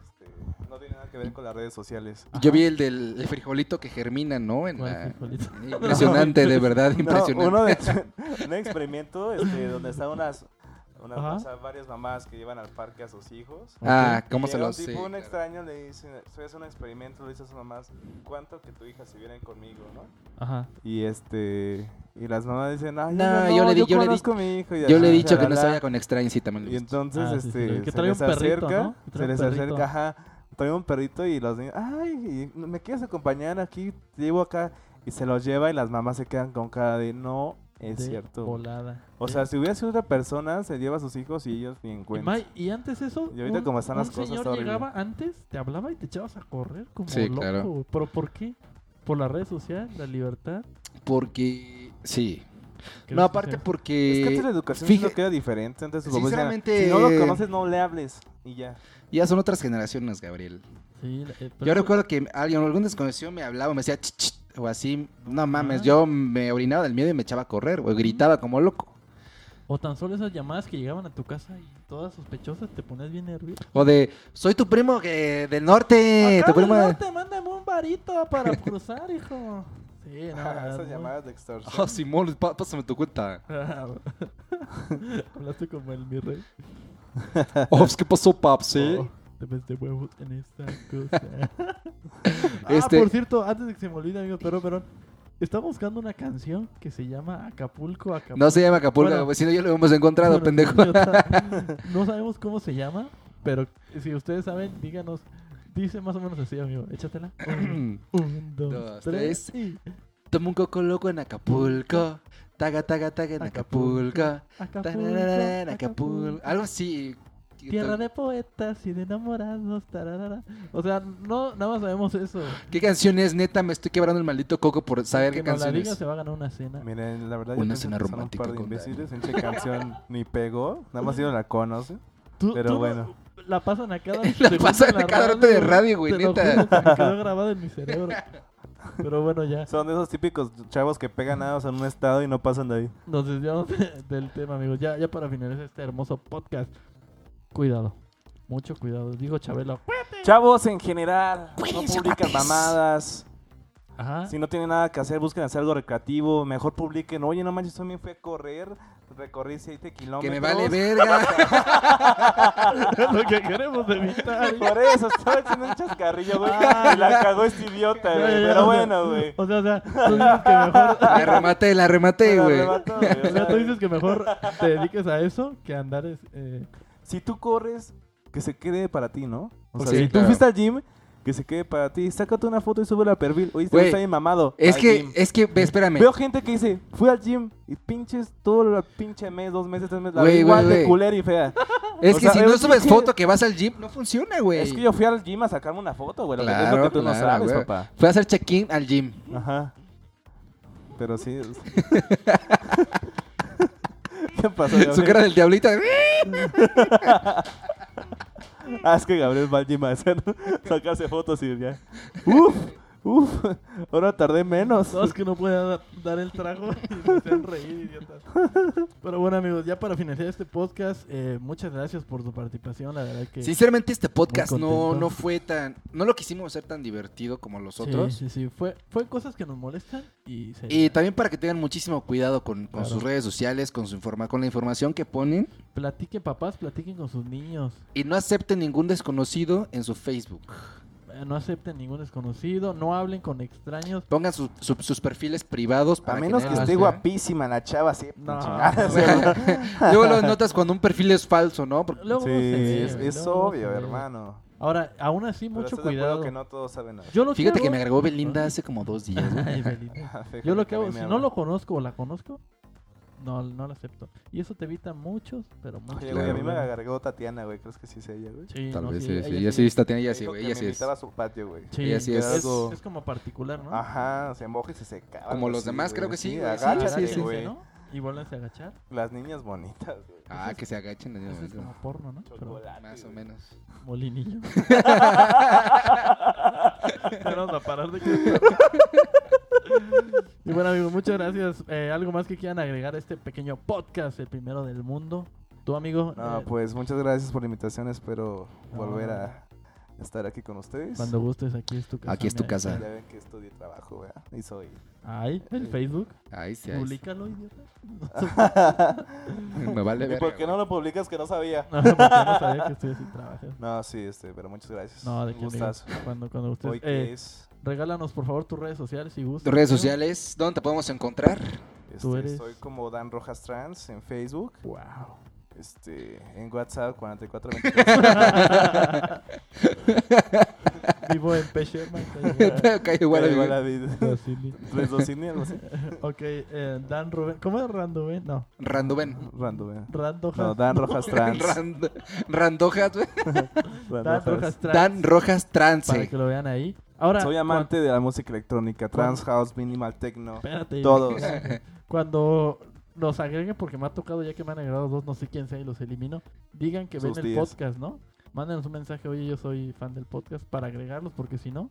C: No tiene nada que ver con las redes sociales.
A: Yo vi el del el frijolito que germina, ¿no? En
B: ¿Cuál
A: la-
B: frijolito?
A: Impresionante, de verdad,
C: No,
A: impresionante.
C: uno de ex- un experimento este, donde están unas, unas
B: Ajá.
C: o sea, varias mamás que llevan al parque a sus hijos.
A: Ah, ¿cómo
C: Y
A: se
C: llega
A: lo
C: un tipo,
A: sí,
C: un
A: claro.
C: extraño le dice, estoy haciendo un experimento, le dice a sus mamás, ¿cuánto que tu hija se vienen conmigo, no?
B: Ajá.
C: Y este, y las mamás dicen, ay,
A: No,
C: yo,
A: yo le di- yo le di-
C: conozco a mi hijo", y
A: Yo le he
C: así,
A: dicho que no
C: shalala.
A: se vaya con extraños y también lo he
C: Y
A: visto.
C: entonces,
B: Ah, sí, sí,
C: este,
B: el que
C: se
B: trae un
C: les
B: perrito,
C: acerca,
B: ¿no? Que trae
C: se
B: un
C: les
B: perrito.
C: acerca, ajá, trae un perrito y los niños, ay, y- ¿me quieres acompañar aquí? Te llevo acá. Y se los lleva y las mamás se quedan con cara de, no, es
B: De
C: cierto.
B: Volada.
C: O sea, si hubiera sido otra persona, se lleva a sus hijos y ellos ni en
B: Y,
C: cuenta.
B: ma- y antes eso.
C: Y ahorita
B: un,
C: como están las
B: un
C: cosas,
B: señor
C: está horrible.
B: llegaba antes, te hablaba y te echabas a correr como
A: Sí,
B: loco.
A: claro.
B: güey. ¿Pero por qué? ¿Por la red social? ¿La libertad?
A: Porque, sí.
B: ¿Crees que
A: No, aparte
B: sea?
A: porque...
C: Es que antes la educación
A: Eh, fija-
C: no queda diferente. Antes sus papás decían,
A: Sinceramente-
C: si no lo conoces, no le hables. Y ya.
A: Ya son otras generaciones, Gabriel.
B: Sí, la- eh, pero-
A: Yo recuerdo que alguien, algún desconocido me hablaba, me decía, "Ch, ch", o así, no mames,
B: Ah.
A: yo me orinaba del miedo y me echaba a correr, o gritaba como loco.
B: O tan solo esas llamadas que llegaban a tu casa y todas sospechosas, te ponías bien nervioso.
A: O de, soy tu primo que- del norte, tu primo... de-".
B: te mándame un varito para cruzar, hijo. Sí, no, la
C: Esas
B: verdad,
C: llamadas de extorsión.
A: Oh, Simón, pa- pásame tu cuenta.
B: muy- Hablaste como el mi rey.
A: Oh, pues, ¿qué pasó, pap? Sí.
B: Oh, te ves de huevos en esta cosa.
A: Este-
B: Ah, por cierto, antes de que se me olvide, amigo, pero, pero. Estaba buscando una canción que se llama Acapulco, Acapulco.
A: No se llama Acapulco,
B: Bueno.
A: pues si no ya lo hemos encontrado,
B: Bueno,
A: pendejo.
B: idiota. No sabemos cómo se llama, pero si ustedes saben, díganos. Dice más o menos así, amigo. Échatela. Un, un, dos,
A: Dos,
B: tres. y
A: Toma un coco loco en Acapulco. Taga, taga, taga en Acapulco. Tararara en
B: Acapulco,
A: Acapulco. Algo así.
B: Tierra de poetas y de enamorados. tararara. O sea, no, nada más sabemos eso.
A: ¿Qué canción es? Neta, me estoy quebrando el maldito coco por saber
B: que
A: qué
B: nos la
A: canción
B: diga
A: es.
B: se va a ganar una cena.
C: Miren, la verdad,
A: Una
C: yo
A: cena
C: pienso que son un
A: romántica
C: par de
A: con Dani.
C: imbéciles. Pinche canción ni pegó. Nada más yo la conoce.
B: Tú-
C: Pero
B: tú no-
C: bueno.
B: La pasan a cada
A: La
B: segundo
A: pasan
B: en
A: a cada rato de radio, güey,
B: Te lo
A: neta.
B: juro, se me quedó grabado en mi cerebro. Pero bueno, ya.
C: Son de esos típicos chavos que pegan a en un estado y no pasan de ahí.
B: Nos desviamos de- del tema, amigos. Ya, ya para finalizar este hermoso podcast. Cuidado. Mucho cuidado. Digo Chabelo.
C: Chavos en general, no
A: Cuídense,
C: publican
A: cuates.
C: mamadas.
A: ¿Ah?
B: Ajá.
C: Si no tienen nada que hacer, busquen hacer algo recreativo. Mejor publiquen. Oye, no manches, hoy me fui a correr. Recorrí 7 kilómetros.
A: Que me vale verga.
B: Lo que queremos evitar.
C: Por eso, estaba haciendo un chascarrillo, güey.
B: Ah.
C: Y la cagó este idiota,
B: Ya, ya,
C: güey.
B: ya,
C: Pero
B: o sea,
C: bueno, güey.
B: O sea, o sea, tú dices que mejor.
A: La rematé, la rematé,
C: Me la
A: güey.
C: arrebató,
B: o sea, tú
C: güey.
B: dices que mejor te dediques a eso que a andar. es- eh,
C: Si tú corres, que se quede para ti, ¿no? O sea,
A: Sí,
C: si
A: claro.
C: tú fuiste al gym, que se quede para ti. Sácate una foto y sube la perfil. Oye,
A: Güey,
C: este güey está bien mamado.
A: Es
C: Al
A: que,
C: gym.
A: es que, ve, espérame.
C: Veo gente que dice, fui al gym y pinches todo el pinche mes, dos meses, tres meses, la
A: Güey,
C: veo
A: güey,
C: igual de
A: güey.
C: culera y fea.
A: Es
C: o
A: que
C: sea,
A: si no
C: es
A: subes
C: que-
A: foto que vas al gym, no funciona, güey.
C: Es que yo fui al gym a sacarme una foto, güey. Lo que- es
A: Claro,
C: lo que tú no
A: claro,
C: sabes,
A: güey.
C: papá.
A: Fue a hacer check-in al gym.
C: Ajá. Pero sí. es- ¿Qué pasó, Gabriel?
A: Su cara del diablito. ¡eh!
C: Ah, es que Gabriel va al gym a hacer, sacarse fotos y ya. Uf, uf. Ahora tardé menos.
B: todos que no puedan dar- dar el trago y nos hacen reír, idiotas. Pero bueno, amigos, ya para finalizar este podcast, eh, muchas gracias por su participación. La verdad que.
A: Sinceramente, este podcast
B: Muy
A: no,
B: contento.
A: no fue tan. No lo quisimos hacer tan divertido como los otros.
B: Sí, sí, sí. Fue, fue cosas que nos molestan y se.
A: Y también para que tengan muchísimo cuidado con, con
B: Claro.
A: sus redes sociales, con, su informa con la información que ponen.
B: Platiquen, papás, platiquen con sus niños.
A: Y no acepten ningún desconocido en su Facebook.
B: Eh, No acepten ningún desconocido, no hablen con extraños.
A: Pongan su- su- sus perfiles privados
C: A
A: para
C: menos que
A: nadie
C: esté
A: los vea.
C: guapísima la chava, sí.
B: ¿eh? No.
C: chingada, o sea,
A: Ajá. Luego lo notas cuando un perfil es falso, ¿no? Porque-
B: Luego
C: Sí,
B: no se
C: es,
B: ve,
C: es
B: luego no
C: obvio,
B: se ve.
C: hermano.
B: Ahora, aún así,
C: Pero
B: mucho
C: estás de acuerdo
B: cuidado.
C: que no todos saben nada.
B: Yo lo
A: Fíjate que me
B: hago-
A: agregó Belinda hace como dos días. güey.
B: Ay, Belinda.
C: Fíjate
B: Yo lo que
C: a mí
B: hago,
C: me
B: si
C: habla.
B: no lo conozco o la conozco, no, no la acepto. Y eso te evita muchos, pero muchos.
C: Oye, güey, a mí me
B: problemas.
C: agargó Tatiana, güey. ¿Crees que sí sea ella, güey?
B: Sí,
A: Tal
B: no,
A: vez
B: sí,
A: sí,
B: ella
A: sí. Ella sí está, tiene- ella sí,
C: Dijo
A: güey.
C: que
A: Ella
C: me
A: sí es.
C: invitaba a su patio, güey.
B: Sí,
A: ella sí
B: es,
A: es-
B: es como particular, ¿no?
C: Ajá, se moja y se secaba.
A: Como
C: algo
A: los
C: así,
A: demás, creo que sí, güey. Sí,
C: agáchate,
A: sí, sí.
C: güey.
B: ¿no? Y vuelvense a agachar.
C: Las niñas bonitas, güey.
A: Ah, que se
C: Pues
A: agachen. en ese
B: Eso es como
A: momento.
B: porno, ¿no? Pero
C: Chocolate.
A: Más o
C: güey.
A: menos.
B: molinillo. Vamos a parar de que... Y bueno, amigo, muchas gracias. Eh, ¿Algo más que quieran agregar a este pequeño podcast, el primero del mundo? Tu amigo,
C: No,
B: eh,
C: pues muchas gracias por la invitación. Espero
B: No.
C: volver a estar aquí con ustedes.
B: cuando gustes, aquí es tu
C: pues
B: casa.
A: Aquí es tu
B: mira.
A: casa.
C: Ya ven que estudié trabajo, ¿verdad? Y soy.
B: Ay, el Facebook,
A: Ahí sí, ahí sí.
B: públicalo, idiota.
A: Me vale
C: ¿Y
A: ver.
C: por qué no lo publicas que no sabía?
B: No, porque no sabía que estoy sin trabajo.
C: No, sí, este, pero muchas gracias.
B: No, de
C: Un
B: qué amigo.
C: gustazo.
B: Cuando, cuando gustes.
C: Hoy
B: Eh,
C: que es.
B: Regálanos, por favor, tus redes sociales si gustas.
A: Redes
B: amigo.
A: sociales, ¿dónde te podemos encontrar?
B: tú
C: este,
B: eres-
C: Soy como Dan Rojas Trans en Facebook.
B: Wow.
C: Este, en WhatsApp 4423.
B: Vivo en Pecherman.
A: Ok, igual,
C: Igual,
A: igual.
C: a David. 329, algo así.
B: ok, eh, Dan Rubén. ¿Cómo es Randuben? No,
A: Randuben.
C: Random, ¿verdad?
B: Rando
C: No, Dan Rojas Trans.
A: Rand- Randojas, güey.
C: Dan
B: Dan
C: Rojas.
B: Rojas Trans,
A: Dan Rojas
B: Para
A: Trance.
B: que lo vean ahí. Ahora,
C: Soy amante de la música electrónica, trans house, minimal techno.
B: cuan- espérate,
C: Todos.
B: Cuando nos agreguen, porque me ha tocado ya que me han agregado dos, no sé quién sea y los elimino, digan que ven
C: Sus
B: el
C: tías.
B: podcast, ¿no? Mándenos un mensaje, oye, yo soy fan del podcast, para agregarlos, porque si no...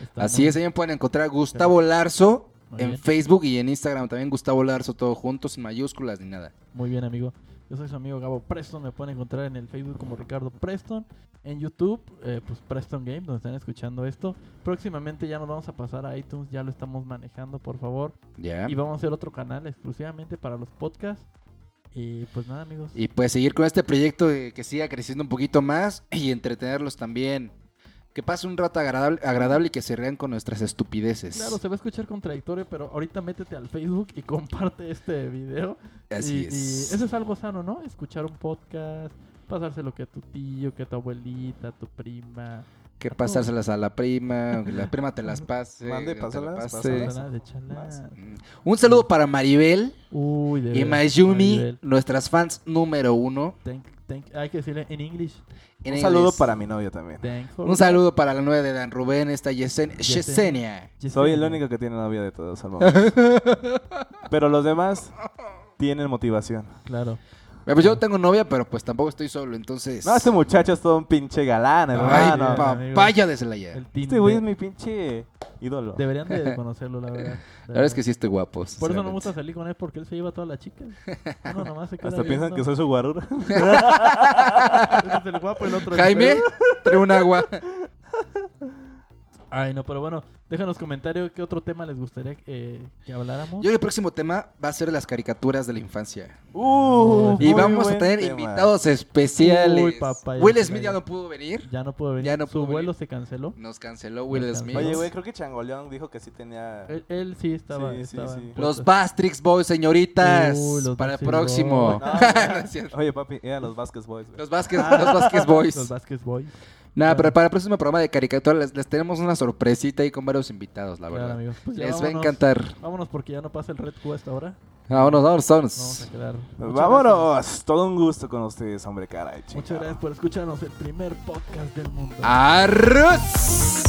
B: estamos-
A: Así es, eh. ahí me pueden encontrar a Gustavo Larzo
B: Muy
A: en
B: bien.
A: Facebook y en Instagram. También Gustavo Larzo, todo juntos, sin mayúsculas ni nada.
B: Muy bien, amigo. Yo soy su amigo Gabo Preston. Me pueden encontrar en el Facebook como Ricardo Preston. En YouTube, eh, pues Preston Game, donde están escuchando esto. Próximamente ya nos vamos a pasar a iTunes. Ya lo estamos manejando, por favor.
A: ¿Ya?
B: Y vamos a hacer otro canal exclusivamente para los podcasts. Y pues nada, amigos.
A: Y pues seguir con este proyecto de que siga creciendo un poquito más y entretenerlos también. Que pase un rato agradable, agradable y que se rean con nuestras estupideces.
B: Claro, se va a escuchar contradictorio, pero ahorita métete al Facebook y comparte este video.
A: Así
B: y, y
A: es.
B: eso es algo sano, ¿no? Escuchar un podcast, pasárselo que a tu tío, que a tu abuelita, a tu prima.
A: Que pasárselas a la prima, que la prima te las pase.
C: Mande,
A: que te la
C: pásalas,
A: pase.
C: pásalas.
B: Nada de chalán.
C: Más.
A: Mm. Un saludo para Maribel
B: Uy, de
A: y
B: veras,
A: Mayumi,
B: Maribel.
A: nuestras fans número uno.
B: Thank- thank- hay que decirle en inglés.
A: En
C: Un saludo
A: inglés.
C: para mi novio también.
B: Thanks for-
A: Un saludo para la nueva de Dan Rubén, esta Yesen-
B: Yesenia.
A: Yesenia.
C: Soy el
B: Yesenia.
C: único que tiene novia de todos al momento. Pero los demás tienen motivación.
B: Claro.
A: Eh, Pues yo tengo novia, pero pues tampoco estoy solo, entonces.
C: No, este muchacho es todo un pinche galán,
A: Ay,
C: hermano.
A: papaya de Celaya.
B: El
A: La
B: team
C: este güey
B: de-
C: es mi pinche ídolo.
B: Deberían de conocerlo, la verdad.
A: verdad es que sí estoy guapo.
B: Por eso no me
A: sinceramente.
B: gusta salir con él, porque él se lleva a todas las chicas. Uno nomás se queda
C: Hasta piensan
B: viendo.
C: que soy su guarura.
B: Ese es el guapo, el otro es
A: Jaime,
B: feo.
A: trae un agua.
B: Ay, no, pero bueno, déjanos comentario qué otro tema les gustaría eh, que habláramos.
A: Yo el próximo tema va a ser las caricaturas de la infancia.
C: Uh,
A: Y
C: muy
A: vamos a
C: buen
A: tener
C: tema.
A: invitados especiales.
B: Uy, papá, ya
A: Will
B: se
A: Smith
B: cayó.
A: ya no pudo venir.
B: Ya no puedo venir.
A: Ya no
B: Su
A: pudo
B: vuelo
A: venir.
B: se canceló.
A: Nos canceló Will
B: Nos
A: Smith.
C: Oye, güey, creo que Changoleón dijo que sí tenía.
B: Él, él sí estaba.
C: Sí, sí,
B: estaba
C: sí.
B: en
A: Los
B: puestas.
A: Bastrix Boys, señoritas.
B: Uy, los
A: para el
B: Backstreet
A: próximo.
B: Boys.
C: No,
A: No es cierto.
C: Oye, papi, eran los Vázquez Boys. güey.
A: los Vázquez, los Vázquez Boys. Ah,
B: Los Vázquez Boys.
A: Nada, pero para el próximo programa de caricatura les, les tenemos una sorpresita ahí con varios invitados, la
B: Claro,
A: verdad.
B: amigos. Pues ya
A: les va a
B: vámonos.
A: encantar.
B: Vámonos porque ya no pasa el Red Q hasta ahora.
A: Vámonos, vámonos,
B: Vamos
A: vámonos.
B: a quedar. Muchas
C: Pues Vámonos. Todo un gusto con ustedes, hombre,
A: Ah,
C: caray.
B: gracias. Muchas gracias por escucharnos el primer podcast del mundo.
A: ¡Arroz!